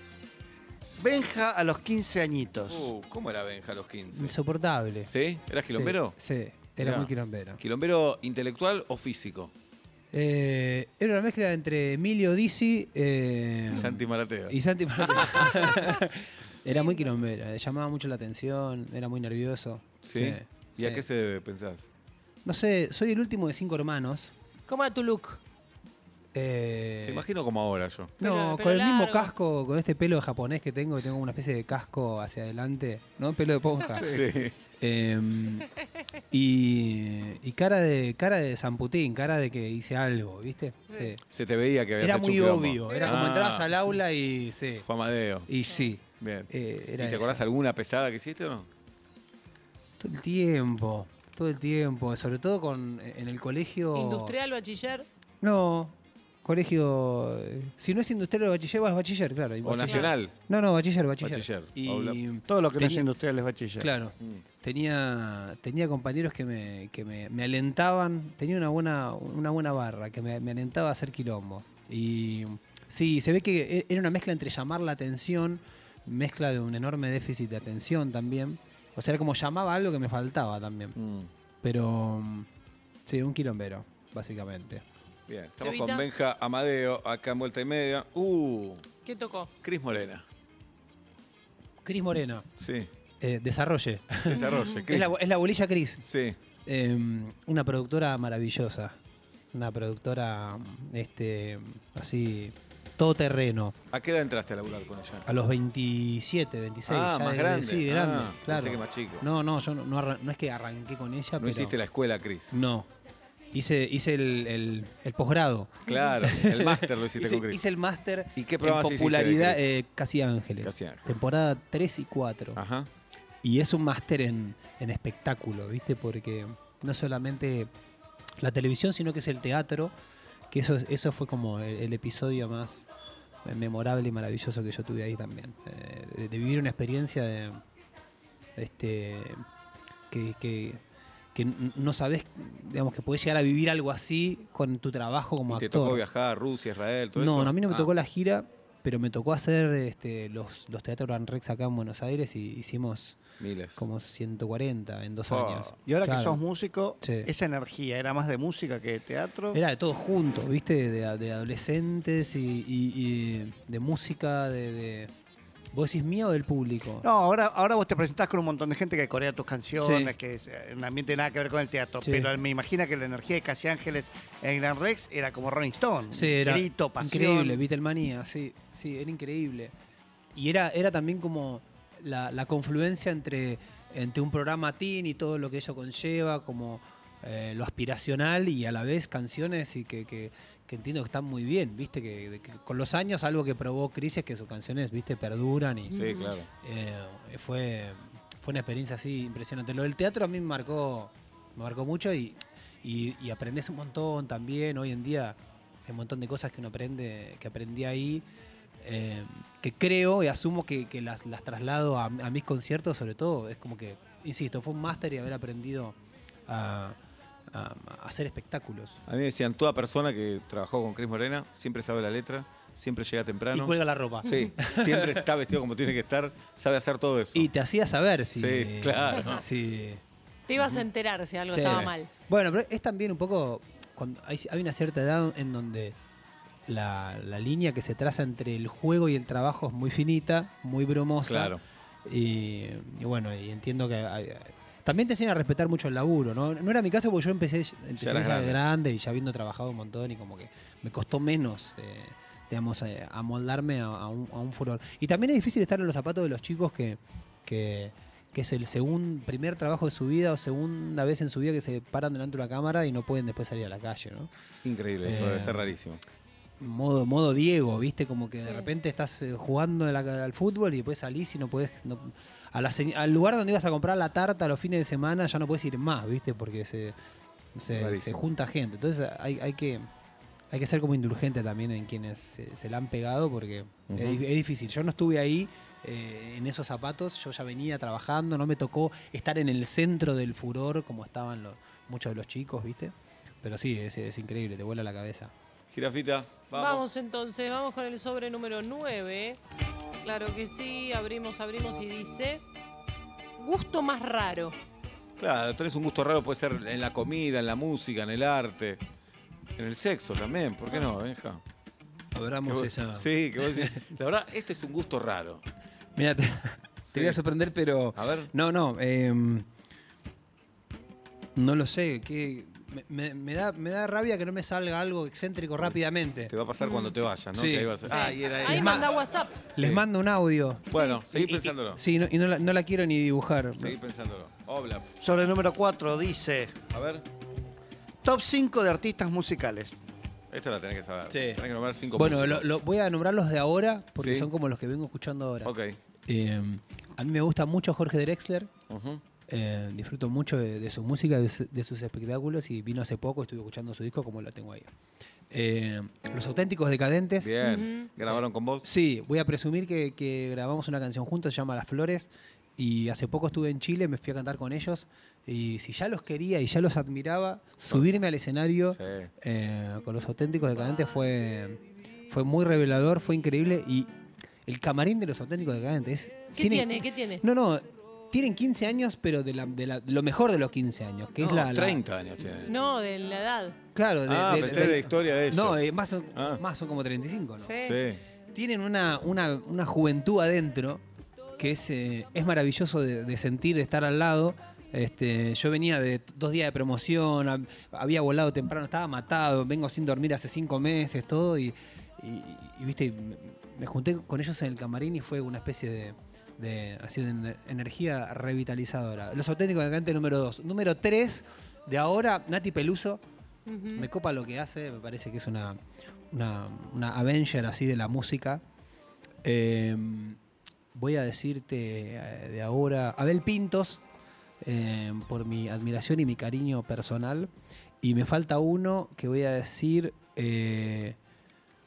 Speaker 6: Benja a los 15 añitos.
Speaker 3: Uh, ¿Cómo era Benja a los 15?
Speaker 4: Insoportable.
Speaker 3: ¿Sí? ¿Eras
Speaker 4: Sí,
Speaker 3: quilombero?
Speaker 4: Sí, era
Speaker 3: Mirá.
Speaker 4: muy quilombero.
Speaker 3: ¿Quilombero intelectual o físico?
Speaker 4: Eh, era una mezcla entre Emilio Dizzi eh,
Speaker 3: Santi Maratea.
Speaker 4: y Santi Martín. era muy quilombero, eh, llamaba mucho la atención, era muy nervioso.
Speaker 3: ¿Sí?
Speaker 4: Sí,
Speaker 3: ¿Y
Speaker 4: sí. Eh.
Speaker 3: a qué se debe, pensás?
Speaker 4: No sé, soy el último de cinco hermanos.
Speaker 5: ¿Cómo era tu look?
Speaker 4: eh,
Speaker 3: Te imagino como ahora yo.
Speaker 4: No,
Speaker 5: Pero-
Speaker 4: con
Speaker 5: pero
Speaker 4: el mismo
Speaker 5: largo.
Speaker 4: casco, con este pelo japonés que tengo, que tengo una especie de casco hacia adelante, ¿no? Pelo de ponja.
Speaker 3: Sí.
Speaker 4: Em, y, y cara de cara de San Putín, cara de que hice algo, ¿viste? Sí.
Speaker 3: Se te veía que habías
Speaker 4: Era
Speaker 3: hecho un
Speaker 4: muy
Speaker 3: quilombo.
Speaker 4: obvio, era como
Speaker 3: Ah,
Speaker 4: entrabas al aula y sí.
Speaker 3: Fue Amadeo.
Speaker 4: Y sí,
Speaker 3: Bien.
Speaker 4: eh,
Speaker 3: ¿Y
Speaker 4: era
Speaker 3: te
Speaker 4: eso.
Speaker 3: acordás alguna pesada que hiciste o no?
Speaker 4: Todo el tiempo, todo el tiempo, sobre todo con en el colegio
Speaker 5: ¿Industrial, bachiller?
Speaker 4: No, colegio eh, si no es industrial o bachiller, vas bachiller, claro. y
Speaker 3: ¿O
Speaker 4: bachiller.
Speaker 3: nacional?
Speaker 4: No, no, bachiller, bachiller.
Speaker 3: Bachiller, habla.
Speaker 4: Y
Speaker 6: Todo lo que no es
Speaker 4: Tenía-
Speaker 6: industrial es bachiller.
Speaker 4: Claro. Tenía, tenía compañeros que, me, que me, me alentaban, tenía una buena, una buena barra, que me, me alentaba a hacer quilombo. Y sí, se ve que e- era una mezcla entre llamar la atención, mezcla de un enorme déficit de atención también. O sea, era como llamaba algo que me faltaba también.
Speaker 3: Mm.
Speaker 4: Pero mm, sí, un quilombero, básicamente.
Speaker 3: Bien. Estamos
Speaker 5: Cevita.
Speaker 3: con Benja Amadeo, acá en Vuelta y Media. Uh,
Speaker 5: ¿Qué tocó?
Speaker 3: Cris Morena.
Speaker 4: Cris Moreno,
Speaker 3: Sí.
Speaker 4: eh, desarrolle.
Speaker 3: Desarrolle, Cris.
Speaker 4: Es la, es la bolilla Cris.
Speaker 3: Sí.
Speaker 4: Eh, una productora maravillosa. Una productora este así todoterreno.
Speaker 3: ¿A qué edad entraste a laburar con ella?
Speaker 4: A los 27, 26.
Speaker 3: Ah,
Speaker 4: ya
Speaker 3: más
Speaker 4: desde-
Speaker 3: grande.
Speaker 4: Sí,
Speaker 3: Ah,
Speaker 4: grande.
Speaker 3: pensé
Speaker 4: claro.
Speaker 3: que más chico.
Speaker 4: No, no, yo no, no arran- no es que arranqué con ella,
Speaker 3: No
Speaker 4: pero.
Speaker 3: hiciste la escuela, Cris.
Speaker 4: No. Hice, hice el, el- el posgrado.
Speaker 3: Claro, el máster lo hiciste
Speaker 4: hice,
Speaker 3: con Cris.
Speaker 4: hice el máster
Speaker 3: ¿Y qué
Speaker 4: en
Speaker 3: programas hiciste de
Speaker 4: popularidad
Speaker 3: Cris?
Speaker 4: eh, Casi Ángeles.
Speaker 3: Casi Ángeles.
Speaker 4: Temporada 3 y 4.
Speaker 3: Ajá.
Speaker 4: Y es un máster en, en espectáculo, ¿viste? Porque no solamente la televisión, sino que es el teatro, que eso, eso fue como el, el episodio más memorable y maravilloso que yo tuve ahí también. Eh, de, de vivir una experiencia de. Este, que, que, que n- no sabes, digamos, que podés llegar a vivir algo así con tu trabajo como
Speaker 3: ¿Y te
Speaker 4: actor.
Speaker 3: tocó viajar a Rusia, Israel, todo
Speaker 4: No,
Speaker 3: eso?
Speaker 4: no, a mí no me
Speaker 3: Ah,
Speaker 4: tocó la gira, pero me tocó hacer este, los, los teatros Gran Rex acá en Buenos Aires y hicimos
Speaker 3: Miles.
Speaker 4: como 140 en dos
Speaker 3: Ah.
Speaker 4: años.
Speaker 6: Oh. Y ahora que
Speaker 4: Claro.
Speaker 6: sos músico,
Speaker 4: Sí.
Speaker 6: esa energía era más de música que de teatro.
Speaker 4: Era de todo junto, ¿viste? De, de adolescentes y, y- y de música, de, de- ¿Vos decís mío o del público?
Speaker 6: No, ahora, ahora vos te presentás con un montón de gente que corea tus canciones,
Speaker 4: Sí.
Speaker 6: que es eh, un ambiente nada que ver con el teatro.
Speaker 4: Sí.
Speaker 6: Pero me imagino que la energía de Casi Ángeles en Gran Rex era como Rolling Stone.
Speaker 4: Sí, era
Speaker 6: Grito, pasión.
Speaker 4: increíble, Beatlemania, sí, sí, era increíble. Y era, era también como la, la confluencia entre, entre un programa teen y todo lo que ello conlleva, como eh, lo aspiracional y a la vez canciones y que, que- que entiendo que están muy bien, viste, que, de que con los años algo que probó Cris es que sus canciones, viste, perduran y
Speaker 3: Sí, claro.
Speaker 4: eh, fue, fue una experiencia así impresionante. Lo del teatro a mí me marcó, me marcó mucho y, y, y aprendes un montón también. Hoy en día hay un montón de cosas que uno aprende, que aprendí ahí, eh, que creo y asumo que, que las, las traslado a, a mis conciertos, sobre todo. Es como que, insisto, fue un máster y haber aprendido a, a- a hacer espectáculos.
Speaker 3: A mí me decían, toda persona que trabajó con Cris Morena siempre sabe la letra, siempre llega
Speaker 4: Y
Speaker 3: temprano.
Speaker 4: cuelga la ropa.
Speaker 3: Sí, siempre está vestido como tiene que estar, sabe hacer todo eso.
Speaker 4: Y te hacía saber si.
Speaker 3: Sí, claro.
Speaker 4: si-
Speaker 5: Te ibas a enterar si algo
Speaker 4: Sí.
Speaker 5: estaba mal.
Speaker 4: Bueno, pero es también un poco. Cuando hay, hay una cierta edad en donde la, la línea que se traza entre el juego y el trabajo es muy finita, muy bromosa.
Speaker 3: Claro.
Speaker 4: Y, y bueno, y entiendo que. hay- también te enseñan a respetar mucho el laburo, ¿no? No era mi caso porque yo empecé, empecé
Speaker 3: eras
Speaker 4: ya
Speaker 3: grande.
Speaker 4: grande. y ya habiendo trabajado un montón y como que me costó menos, eh, digamos, eh, amoldarme a, a un, a un furor. Y también es difícil estar en los zapatos de los chicos que, que, que es el segun- primer trabajo de su vida o segunda vez en su vida que se paran delante de una cámara y no pueden después salir a la calle, ¿no?
Speaker 3: Increíble, eso
Speaker 4: Eh,
Speaker 3: debe ser rarísimo.
Speaker 4: modo, modo Diego, ¿viste? Como que de
Speaker 5: Sí.
Speaker 4: repente estás eh, jugando en la- al fútbol y después salís y no podés. no- a la se- al lugar donde ibas a comprar la tarta los fines de semana ya no podés ir más, ¿viste? Porque se, se-
Speaker 6: Rarísimo.
Speaker 4: se junta gente. Entonces hay, hay que. Hay que ser como indulgente también en quienes se, se la han pegado porque es di- es, difícil. Yo no estuve ahí eh, en esos zapatos, yo ya venía trabajando, no me tocó estar en el centro del furor como estaban los, muchos de los chicos, ¿viste? Pero sí, es, es increíble, te vuela la cabeza.
Speaker 3: Girafita,
Speaker 5: Vamos.
Speaker 3: vamos.
Speaker 5: entonces, vamos con el sobre número 9. Claro que sí, abrimos, abrimos y dice. Gusto más raro.
Speaker 3: Claro, tenés un gusto raro, puede ser en la comida, en la música, en el arte, en el sexo también, ¿por qué no, Benja? Que
Speaker 4: Abramos
Speaker 3: vos-
Speaker 4: esa.
Speaker 3: Sí, que vos decís, La verdad, este es un gusto raro.
Speaker 4: Mira, te, te voy a sorprender, pero.
Speaker 3: A ver.
Speaker 4: No, no. eh, no lo sé. Que me, me- me da, me da rabia que no me salga algo excéntrico rápidamente.
Speaker 3: Te va a pasar cuando te vayas, ¿no?
Speaker 4: Mm. Sí.
Speaker 3: Que ahí vas a- Ah, y era
Speaker 5: Ahí
Speaker 3: él.
Speaker 4: ma-
Speaker 5: manda WhatsApp.
Speaker 4: Les
Speaker 3: Sí.
Speaker 4: mando un audio.
Speaker 3: Bueno, seguí
Speaker 4: Y- y-
Speaker 3: pensándolo.
Speaker 4: Sí, no- y no la, no la quiero ni dibujar.
Speaker 3: Seguí pensándolo. Obla,
Speaker 6: Sobre el número 4 dice:
Speaker 3: a ver.
Speaker 6: Top 5 de artistas musicales.
Speaker 3: Esta la tenés que saber.
Speaker 4: Sí.
Speaker 3: Tenés que nombrar cinco
Speaker 4: Bueno, lo,
Speaker 3: músicos.
Speaker 4: lo- voy a nombrar los de ahora porque
Speaker 3: Sí.
Speaker 4: son como los que vengo escuchando ahora.
Speaker 3: Ok.
Speaker 4: Eh, a mí me gusta mucho Jorge Drexler.
Speaker 3: Ujú.
Speaker 4: Eh, disfruto mucho de, de su música, de, su- de sus espectáculos y vino hace poco, estuve escuchando su disco como lo tengo ahí. Eh, Los auténticos decadentes.
Speaker 3: Bien. ¿Grabaron con vos?
Speaker 4: Sí, voy a presumir que, que grabamos una canción juntos, se llama Las Flores. Y hace poco estuve en Chile, me fui a cantar con ellos. Y si ya los quería y ya los admiraba, subirme al escenario
Speaker 3: Sí.
Speaker 4: eh, con los auténticos decadentes fue, fue muy revelador, fue increíble. Y el camarín de los auténticos decadentes. es-
Speaker 5: ¿Qué tiene? ¿Qué tiene?
Speaker 4: No, no. Tienen 15 años, pero de, la- de la- lo mejor de los 15 años, que es
Speaker 3: No,
Speaker 4: la, la-
Speaker 3: 30 años tiene.
Speaker 5: No, de la edad.
Speaker 4: Claro, de,
Speaker 3: Ah, pensé de la historia de ellos.
Speaker 4: No, eh, más, son,
Speaker 3: Ah.
Speaker 4: más son como 35, ¿no?
Speaker 3: Sí.
Speaker 4: tienen una, una- una juventud adentro que es, eh, es maravilloso de, de sentir, de estar al lado. Este, yo venía de dos días de promoción, hab- había volado temprano, estaba matado, vengo sin dormir hace cinco meses, todo, y, y- y, viste, me, me junté con ellos en el camarín y fue una especie de, de- así de ener- energía revitalizadora. Los auténticos de cante número dos. Número tres, de ahora, Nati Peluso. Me copa lo que hace, me parece que es una, una, una Avenger así de la música. Eh, voy a decirte eh, de ahora, Abel Pintos, eh, por mi admiración y mi cariño personal. Y me falta uno que voy a decir... eh,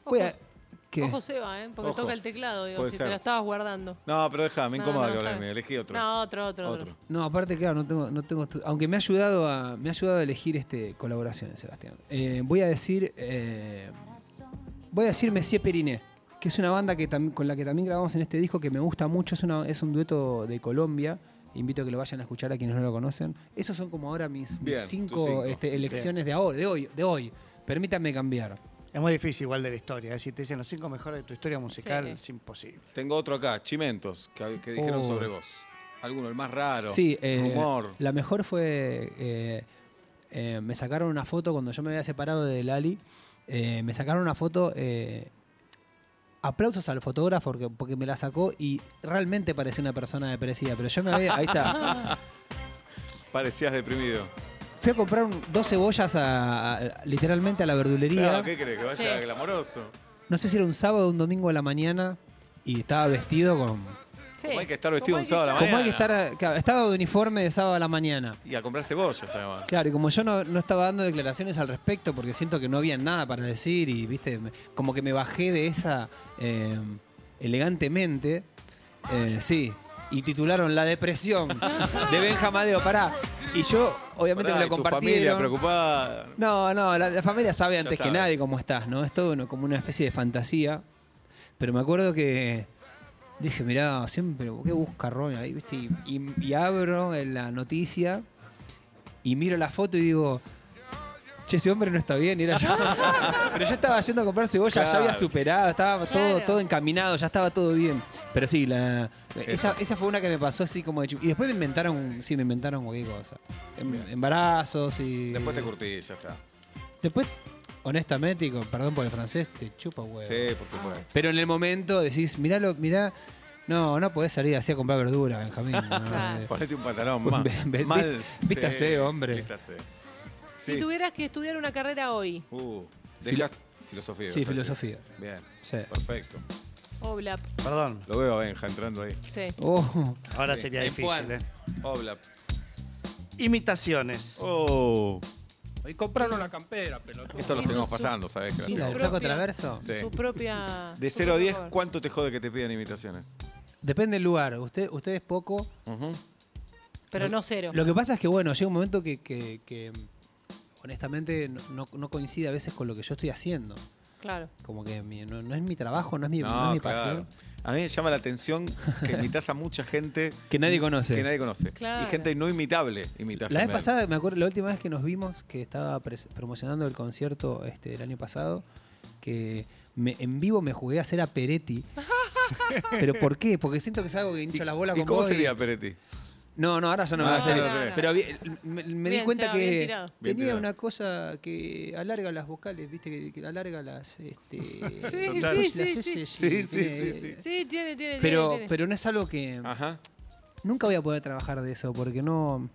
Speaker 4: voy a-
Speaker 5: Ojo.
Speaker 4: ¿qué?
Speaker 5: Ojo Seba, ¿eh? porque
Speaker 3: Ojo.
Speaker 5: toca el teclado, digo,
Speaker 3: Puede
Speaker 5: si
Speaker 3: ser.
Speaker 5: te la estabas guardando.
Speaker 3: No, pero deja, me
Speaker 5: No,
Speaker 3: incomoda
Speaker 5: no,
Speaker 3: que
Speaker 5: está
Speaker 3: hablame.
Speaker 5: bien.
Speaker 3: Elegí otro.
Speaker 5: No, otro, otro, otro.
Speaker 3: Otro.
Speaker 4: No, aparte, claro, no tengo, no tengo estu- Aunque me ha ayudado a. Me ha ayudado a elegir este colaboraciones, Sebastián. Eh, voy a decir. eh, voy a decir Messier Periné, que es una banda que tam- con la que también grabamos en este disco que me gusta mucho. Es, una, es un dueto de Colombia. Invito a que lo vayan a escuchar a quienes no lo conocen. Esos son como ahora mis, mis
Speaker 3: Bien, tus
Speaker 4: cinco,
Speaker 3: cinco.
Speaker 4: este, elecciones de ahora, de hoy, de hoy. Permítanme cambiar.
Speaker 6: Es muy difícil igual de la historia. ¿eh? Si te dicen los cinco mejores de tu historia musical,
Speaker 5: Sí.
Speaker 6: es imposible.
Speaker 3: Tengo otro acá, Chimentos, que, que dijeron
Speaker 4: Oh.
Speaker 3: sobre vos. Alguno, el más raro.
Speaker 4: Sí, eh,
Speaker 3: Rumor.
Speaker 4: La mejor fue. eh, eh, me sacaron una foto cuando yo me había separado de Lali. eh, me sacaron una foto. eh, aplausos al fotógrafo porque, porque me la sacó y realmente parecía una persona depresiva. Pero yo me había. Ahí está.
Speaker 3: Parecías deprimido.
Speaker 4: Fui a comprar un- dos cebollas a- a- literalmente a la verdulería.
Speaker 3: Claro, ¿Qué crees? Que vaya
Speaker 5: Sí.
Speaker 3: glamoroso.
Speaker 4: No sé si era un sábado o un domingo a la mañana. Y estaba vestido con.
Speaker 5: Sí.
Speaker 3: Como hay que estar vestido un
Speaker 5: Como hay que
Speaker 3: sábado a la
Speaker 4: Como hay que
Speaker 3: mañana.
Speaker 4: estar. claro, Estaba de uniforme de sábado a la mañana.
Speaker 3: Y a comprar cebollas, además.
Speaker 4: Claro, y como yo no, no estaba dando declaraciones al respecto porque siento que no había nada para decir y, viste, me- como que me bajé de esa eh, elegantemente. Eh, sí, y titularon La depresión de Benjamadeo, pará. Y yo, obviamente,
Speaker 3: Pará,
Speaker 4: me
Speaker 3: y
Speaker 4: lo
Speaker 3: tu familia
Speaker 4: compartieron.
Speaker 3: preocupada.
Speaker 4: No, no, la, la familia sabe antes
Speaker 3: sabe.
Speaker 4: que nadie cómo estás, ¿no? Es todo uno- como una especie de fantasía. Pero me acuerdo que dije, mirá, siempre, qué buscarrón ahí, ¿viste? Y, y- y abro en la noticia y miro la foto y digo, che, ese hombre no está bien, y era yo. Pero yo estaba yendo a comprar cebolla, ya había
Speaker 3: Claro.
Speaker 4: superado, estaba todo,
Speaker 5: Claro.
Speaker 4: todo encaminado, ya estaba todo bien. Pero sí, la, esa,
Speaker 3: Esa.
Speaker 4: esa fue una que me pasó así como de chup- Y después me inventaron, sí, me inventaron cualquier cosa. Em- Embarazos y.
Speaker 3: Después te curtí, ya está.
Speaker 4: Después, honestamente, y con perdón por el francés, te chupa huevo.
Speaker 3: Sí, por supuesto.
Speaker 4: Pero en el momento decís, mirá, lo, mirá, no, no podés salir así a comprar verdura, Benjamín. No,
Speaker 5: Claro.
Speaker 4: eh,
Speaker 3: Ponete un pantalón más.
Speaker 4: Ve- ve-
Speaker 3: Mal.
Speaker 4: vístase, hombre.
Speaker 3: Vístase.
Speaker 5: Si tuvieras que estudiar una carrera hoy,
Speaker 3: Uh, desgast- filosofía.
Speaker 4: Sí,
Speaker 3: o sea,
Speaker 4: filosofía.
Speaker 3: Bien.
Speaker 4: Sí.
Speaker 3: Perfecto.
Speaker 5: Oblap,
Speaker 6: Perdón.
Speaker 3: Lo veo a Benja entrando ahí.
Speaker 5: sí.
Speaker 4: Oh,
Speaker 6: Ahora sería
Speaker 3: en
Speaker 6: difícil.
Speaker 3: Puan.
Speaker 6: ¿eh?
Speaker 3: Obla.
Speaker 6: Imitaciones.
Speaker 3: Oh.
Speaker 7: Y compraron la campera, pelotudo.
Speaker 3: Esto lo
Speaker 5: Eso
Speaker 3: seguimos
Speaker 5: es
Speaker 3: pasando, ¿sabes?
Speaker 4: sí, la del
Speaker 5: propia-
Speaker 4: flaco traverso.
Speaker 3: Sí.
Speaker 5: Su propia.
Speaker 3: De
Speaker 5: su
Speaker 3: 0 a
Speaker 5: propio
Speaker 3: 10,
Speaker 5: favor.
Speaker 3: ¿cuánto te jode que te pidan imitaciones?
Speaker 4: Depende del lugar. Usted, ustedes poco.
Speaker 5: Pero no cero.
Speaker 4: Lo que pasa es que, bueno, llega un momento que, que- que, honestamente no, no- no coincide a veces con lo que yo estoy haciendo.
Speaker 5: Claro.
Speaker 4: Como que mi- no, no es mi trabajo, no es mi, no es mi pasión.
Speaker 3: A mí me llama la atención que imitas a mucha gente
Speaker 4: Que nadie conoce.
Speaker 3: que nadie conoce.
Speaker 5: Claro.
Speaker 3: Y gente no imitable imitas.
Speaker 4: La vez
Speaker 3: también.
Speaker 4: pasada, me acuerdo, la última vez que nos vimos, que estaba pres- promocionando el concierto este, el año pasado, que me- en vivo me jugué a hacer a Peretti. ¿Pero por qué? Porque siento que es algo que hincho las bolas
Speaker 3: ¿Y
Speaker 4: con
Speaker 3: cómo
Speaker 4: vos y-
Speaker 3: sería Peretti?
Speaker 4: No, no, ahora ya no
Speaker 3: Ah,
Speaker 4: me va a
Speaker 3: ya
Speaker 4: salir.
Speaker 3: no te ve.
Speaker 4: Pero vi- me, me di
Speaker 5: Bien,
Speaker 4: cuenta
Speaker 5: Seba, bien
Speaker 4: que
Speaker 5: tirado.
Speaker 3: Bien
Speaker 4: tenía
Speaker 3: tirado.
Speaker 4: una cosa que alarga las vocales, viste, que, que alarga las... Este,
Speaker 5: Sí,
Speaker 3: Total.
Speaker 5: sí,
Speaker 4: las
Speaker 5: sí,
Speaker 4: S,
Speaker 3: Sí,
Speaker 5: sí.
Speaker 3: sí,
Speaker 4: tiene-
Speaker 3: sí, Ah, sí.
Speaker 5: Sí, tiene, tiene.
Speaker 4: Pero,
Speaker 5: tiene, tiene.
Speaker 4: pero no es algo que...
Speaker 3: Ajá.
Speaker 4: Nunca voy a poder trabajar de eso porque no...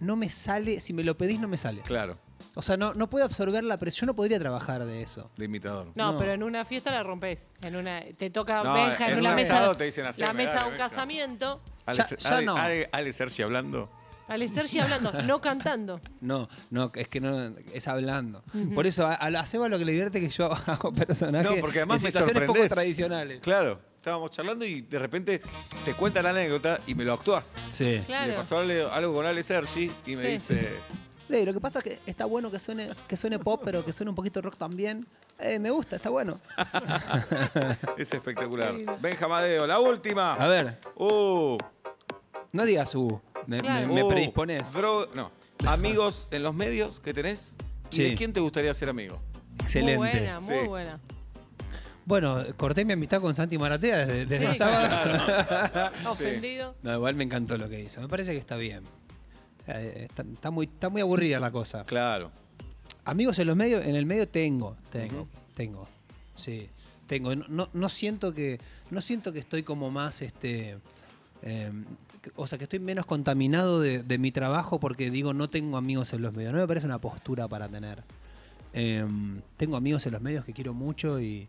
Speaker 4: No me sale, si me lo pedís no me sale.
Speaker 3: Claro,
Speaker 4: O sea, no, no puedo absorber la presión, yo no podría trabajar de eso.
Speaker 3: de imitador.
Speaker 5: No,
Speaker 4: no.
Speaker 5: pero en una fiesta la rompes. En una, te toca
Speaker 3: No,
Speaker 5: Benja en,
Speaker 3: en
Speaker 5: una
Speaker 3: un
Speaker 5: mesa.
Speaker 3: asado te dicen así,
Speaker 5: la
Speaker 3: me
Speaker 5: mesa
Speaker 3: dale,
Speaker 5: de un
Speaker 3: Benja.
Speaker 5: casamiento.
Speaker 3: Ale,
Speaker 4: Ya-
Speaker 3: Ser-
Speaker 4: ya
Speaker 3: Ale-
Speaker 4: no.
Speaker 3: Ale- Ale Sergi hablando.
Speaker 5: Ale Sergi hablando, no cantando.
Speaker 4: No, no, es que no, es hablando. Por eso, a, a la Seba lo que le divierte es que yo hago personajes
Speaker 3: No, porque además
Speaker 4: en
Speaker 3: me
Speaker 4: situaciones
Speaker 3: sorprendés.
Speaker 4: poco tradicionales.
Speaker 3: Claro, estábamos charlando y de repente te cuenta la anécdota y me lo actúas.
Speaker 4: Sí.
Speaker 5: Claro.
Speaker 3: Le pasó ale- algo con Ale Sergi y me
Speaker 5: Sí.
Speaker 3: dice,
Speaker 4: Ey, lo que pasa es que está bueno que suene, que suene pop, pero que suene un poquito rock también. Eh, me gusta, está bueno.
Speaker 3: es espectacular. Benja Madeo, la última.
Speaker 4: A ver,
Speaker 3: Uh,
Speaker 4: no digas uh, me,
Speaker 5: Claro.
Speaker 4: me- me
Speaker 3: uh,
Speaker 4: predispones.
Speaker 3: dro- no. Amigos en los medios que tenés. ¿Y
Speaker 4: Sí.
Speaker 3: de quién te gustaría ser amigo?
Speaker 4: Excelente.
Speaker 5: Muy buena, muy
Speaker 3: Sí.
Speaker 5: buena.
Speaker 4: Bueno, corté mi amistad con Santi Maratea desde, desde
Speaker 5: Sí,
Speaker 4: el sábado.
Speaker 5: Ofendido.
Speaker 4: No, igual me encantó lo que hizo. Me parece que está bien. Eh, está, está muy, está muy aburrida la cosa.
Speaker 3: Claro.
Speaker 4: Amigos en los medios, en el medio tengo, tengo, tengo. Sí, tengo. No, no- no siento que. No siento que estoy como más este. eh, que- o sea, que estoy menos contaminado de, de mi trabajo porque digo no tengo amigos en los medios. No me parece una postura para tener. Eh, tengo amigos en los medios que quiero mucho y,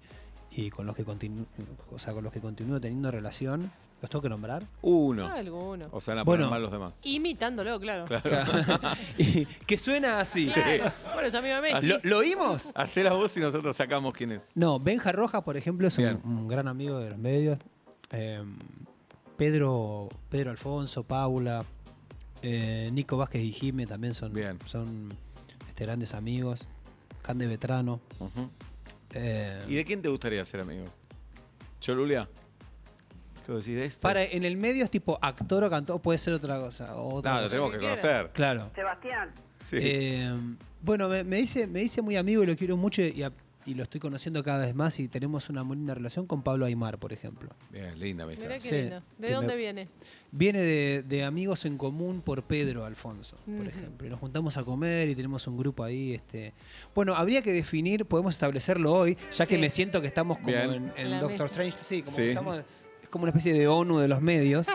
Speaker 4: y con los que continu- o sea, con los que continúo teniendo relación. ¿Los tengo que nombrar?
Speaker 3: Uno.
Speaker 5: Alguno.
Speaker 3: O sea, la
Speaker 4: Bueno.
Speaker 3: ponen mal los demás.
Speaker 5: Imitándolo, claro.
Speaker 4: Y que suena así.
Speaker 5: Claro. Bueno, es amigo de
Speaker 3: Ah,
Speaker 5: Messi.
Speaker 4: ¿Lo, ¿Lo oímos?
Speaker 3: Hacé la voz y nosotros sacamos quién es.
Speaker 4: No, Benja Rojas, por ejemplo, es un,
Speaker 3: Bien.
Speaker 4: un gran amigo de los medios. Eh, Pedro, Pedro Alfonso, Paula, eh, Nico Vázquez y Jime también son,
Speaker 3: Bien.
Speaker 4: son este, grandes amigos. Cande Vetrano.
Speaker 3: Ujú.
Speaker 4: eh,
Speaker 3: ¿Y de quién te gustaría ser amigo? Cholulia. ¿Qué vos decís de este?
Speaker 4: para, en el medio es tipo actor o cantor, puede ser otra cosa. o otra
Speaker 3: No, lo
Speaker 4: cosa.
Speaker 3: tenemos que
Speaker 5: Cualquiera.
Speaker 3: conocer.
Speaker 4: Claro.
Speaker 3: Sí.
Speaker 4: Eh, bueno, me, me hice, me hice muy amigo y lo quiero mucho y, a- y lo estoy conociendo cada vez más y tenemos una muy linda relación con Pablo Aymar, por ejemplo.
Speaker 3: Bien, linda amistad.
Speaker 5: Mirá qué
Speaker 4: Sí,
Speaker 5: lindo. ¿De
Speaker 4: que
Speaker 5: dónde
Speaker 4: me-
Speaker 5: viene?
Speaker 4: Viene de, de amigos en común por Pedro Alfonso, por
Speaker 5: Ujú.
Speaker 4: ejemplo. Y nos juntamos a comer y tenemos un grupo ahí. Este. Bueno, habría que definir, podemos establecerlo hoy, ya que
Speaker 5: Sí.
Speaker 4: me siento que estamos como
Speaker 3: Bien.
Speaker 4: en, en
Speaker 5: La mesa.
Speaker 4: Doctor Strange. Sí, como
Speaker 3: Sí.
Speaker 4: que estamos. Es como una especie de ONU de los medios.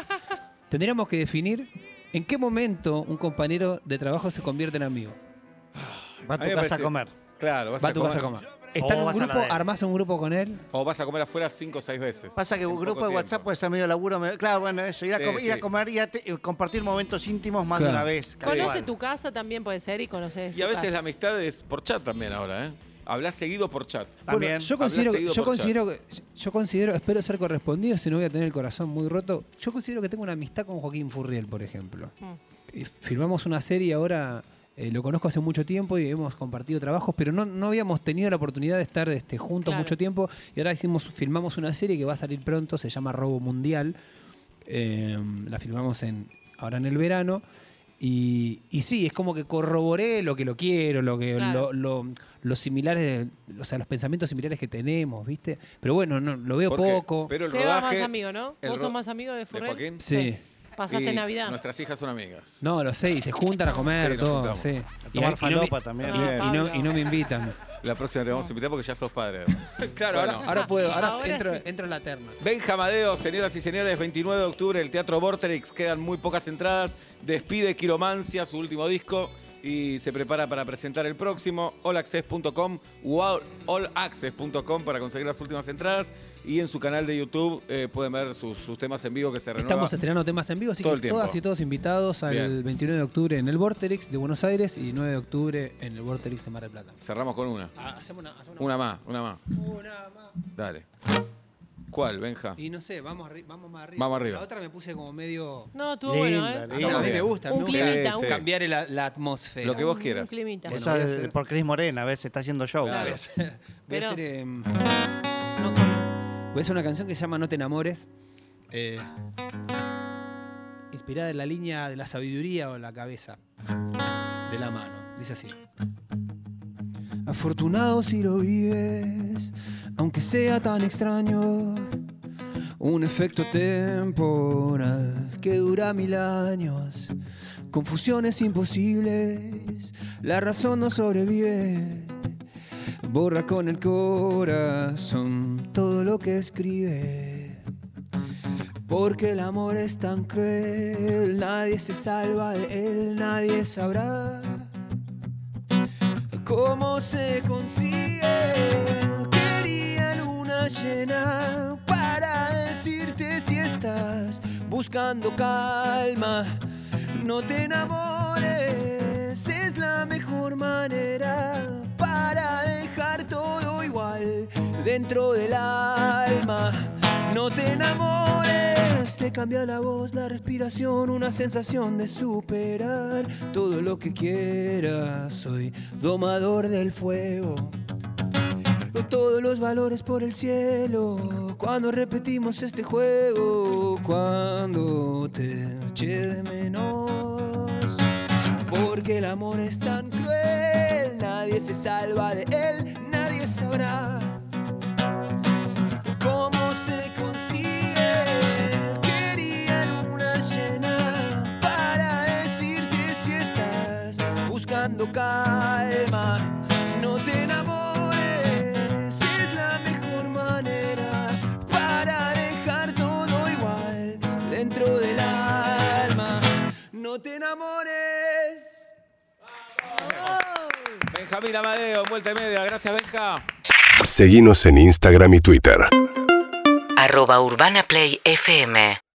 Speaker 4: Tendríamos que definir en qué momento un compañero de trabajo se convierte en amigo.
Speaker 6: Va a
Speaker 3: A mí
Speaker 6: tu
Speaker 3: me
Speaker 6: casa a
Speaker 3: parece-
Speaker 6: comer.
Speaker 3: Claro, vas
Speaker 4: Va
Speaker 3: a,
Speaker 4: a tu
Speaker 3: comer,
Speaker 4: casa a comer. Está en un
Speaker 6: vas a la
Speaker 4: grupo,
Speaker 6: de él.
Speaker 4: armás un grupo con él.
Speaker 3: O vas a comer afuera cinco o seis veces.
Speaker 6: Pasa que
Speaker 3: En
Speaker 6: un grupo
Speaker 3: poco
Speaker 6: de WhatsApp pues,
Speaker 3: tiempo.
Speaker 6: puede ser medio laburo. medio- Claro, bueno, eso. Ir a,
Speaker 3: Sí,
Speaker 6: com- ir a
Speaker 3: sí.
Speaker 6: comer y a te- eh, compartir momentos íntimos más de
Speaker 4: Claro.
Speaker 6: una vez. cada
Speaker 5: Conoce
Speaker 6: cual.
Speaker 5: tu casa también puede ser y conoces.
Speaker 3: Y a veces la amistad es por chat también ahora, ¿eh? Hablás seguido por chat.
Speaker 6: También.
Speaker 4: Bueno, yo
Speaker 3: Habrá
Speaker 4: considero,
Speaker 3: seguido
Speaker 4: yo
Speaker 3: por
Speaker 4: considero, que- yo considero, espero ser correspondido, si no voy a tener el corazón muy roto. Yo considero que tengo una amistad con Joaquín Furriel, por ejemplo. Y Firmamos una serie ahora, eh, lo conozco hace mucho tiempo y hemos compartido trabajos, pero no, no habíamos tenido la oportunidad de estar este, juntos
Speaker 5: Claro.
Speaker 4: mucho tiempo. Y ahora hicimos, filmamos una serie que va a salir pronto, se llama Robo Mundial. Eh, la filmamos en, ahora en el verano. Y, y sí, es como que corroboré lo que lo quiero, lo que lo-
Speaker 5: Claro.
Speaker 4: lo- los similares, o sea, los pensamientos similares que tenemos, ¿viste? Pero bueno, no, lo veo
Speaker 3: Porque-
Speaker 4: poco.
Speaker 3: Pero el
Speaker 5: Seba
Speaker 3: rodaje.
Speaker 5: más amigo, ¿no?
Speaker 3: el
Speaker 5: ¿Vos
Speaker 3: ro-
Speaker 5: sos más amigo de
Speaker 3: ¿De
Speaker 5: Furrell?
Speaker 3: Joaquín?
Speaker 4: sí.
Speaker 5: Pasaste
Speaker 3: Y
Speaker 5: Navidad.
Speaker 3: Nuestras hijas son amigas.
Speaker 4: No, lo sé, y se juntan a comer,
Speaker 3: Sí, nos
Speaker 4: todo,
Speaker 3: juntamos.
Speaker 4: sí.
Speaker 6: A
Speaker 4: Y a- y no
Speaker 6: tomar
Speaker 4: me-
Speaker 6: falopa también.
Speaker 5: Ah,
Speaker 4: y- y no, y no me invitan.
Speaker 3: La próxima te vamos a invitar porque ya sos padre.
Speaker 4: Claro,
Speaker 3: Bueno.
Speaker 4: ahora, ahora puedo, ahora,
Speaker 5: Ahora
Speaker 4: entro,
Speaker 5: sí.
Speaker 4: entro en la terna.
Speaker 3: Benja Madeo, señoras y señores, 29 de octubre, el Teatro Vorterix. Quedan muy pocas entradas. Despide Quiromancia, su último disco. y se prepara para presentar el próximo allaccess.com o all- allaccess.com para conseguir las últimas entradas y en su canal de YouTube eh, pueden ver sus, sus temas en vivo que se renuevan.
Speaker 4: Estamos estrenando temas en vivo, así
Speaker 3: todo el
Speaker 4: que
Speaker 3: tiempo.
Speaker 4: todas y todos invitados al
Speaker 3: Bien.
Speaker 4: 29 de octubre en el Vorterix de Buenos Aires y 9 de octubre en el Vorterix de Mar del Plata.
Speaker 3: Cerramos con una.
Speaker 4: Ah, hacemos una, hacemos
Speaker 3: Una más, una más.
Speaker 4: Una Oh, más.
Speaker 3: Dale. ¿Cuál, Benja?
Speaker 4: Y no sé, vamos, arri- vamos más arriba.
Speaker 3: Vamos arriba.
Speaker 4: La otra me puse como medio.
Speaker 5: No, estuvo
Speaker 6: Linda,
Speaker 5: bueno, ¿eh?
Speaker 6: linda.
Speaker 4: No, a mí
Speaker 3: bien.
Speaker 4: me gusta,
Speaker 5: Un
Speaker 4: me gusta
Speaker 5: climita,
Speaker 3: Sí,
Speaker 5: un
Speaker 3: sí.
Speaker 4: cambiar la, la atmósfera.
Speaker 3: Lo que vos
Speaker 5: Un-
Speaker 3: quieras.
Speaker 5: Un climita.
Speaker 4: Bueno,
Speaker 6: Esa
Speaker 4: voy a
Speaker 6: es
Speaker 4: hacer-
Speaker 6: por Cris Morena, ¿ves? Está haciendo show.
Speaker 4: Voy a
Speaker 3: Claro.
Speaker 4: hacer- voy a
Speaker 5: Pero-
Speaker 4: hacer, em,
Speaker 5: No con-
Speaker 4: voy a hacer una canción que se llama No te enamores. eh, inspirada en la línea de la sabiduría o la cabeza. De la mano. Dice así. Afortunado si lo vives, aunque sea tan extraño. Un efecto temporal que dura mil años. Confusiones imposibles, la razón no sobrevive. Borra con el corazón todo lo que escribe. Porque el amor es tan cruel, nadie se salva de él, nadie sabrá cómo se consigue. Quería luna llena para decirte si estás buscando calma. No te enamores, es la mejor manera para dejar todo igual dentro del alma. No te enamores, te cambia la voz, la respiración, una sensación de superar todo lo que quieras. Soy domador del fuego todos los valores por el cielo. Cuando repetimos este juego, cuando te eché de menos. Porque el amor es tan cruel, nadie se salva de él, nadie sabrá cómo se consigue. Quería luna llena para decirte si estás buscando calma. No te enamores, es la mejor manera para dejar todo igual dentro del alma. No te enamores.
Speaker 3: Benjamín Amadeo, en vuelta y media. Gracias, Benja.
Speaker 8: Seguinos en Instagram y Twitter.
Speaker 2: Arroba Urbana Play FM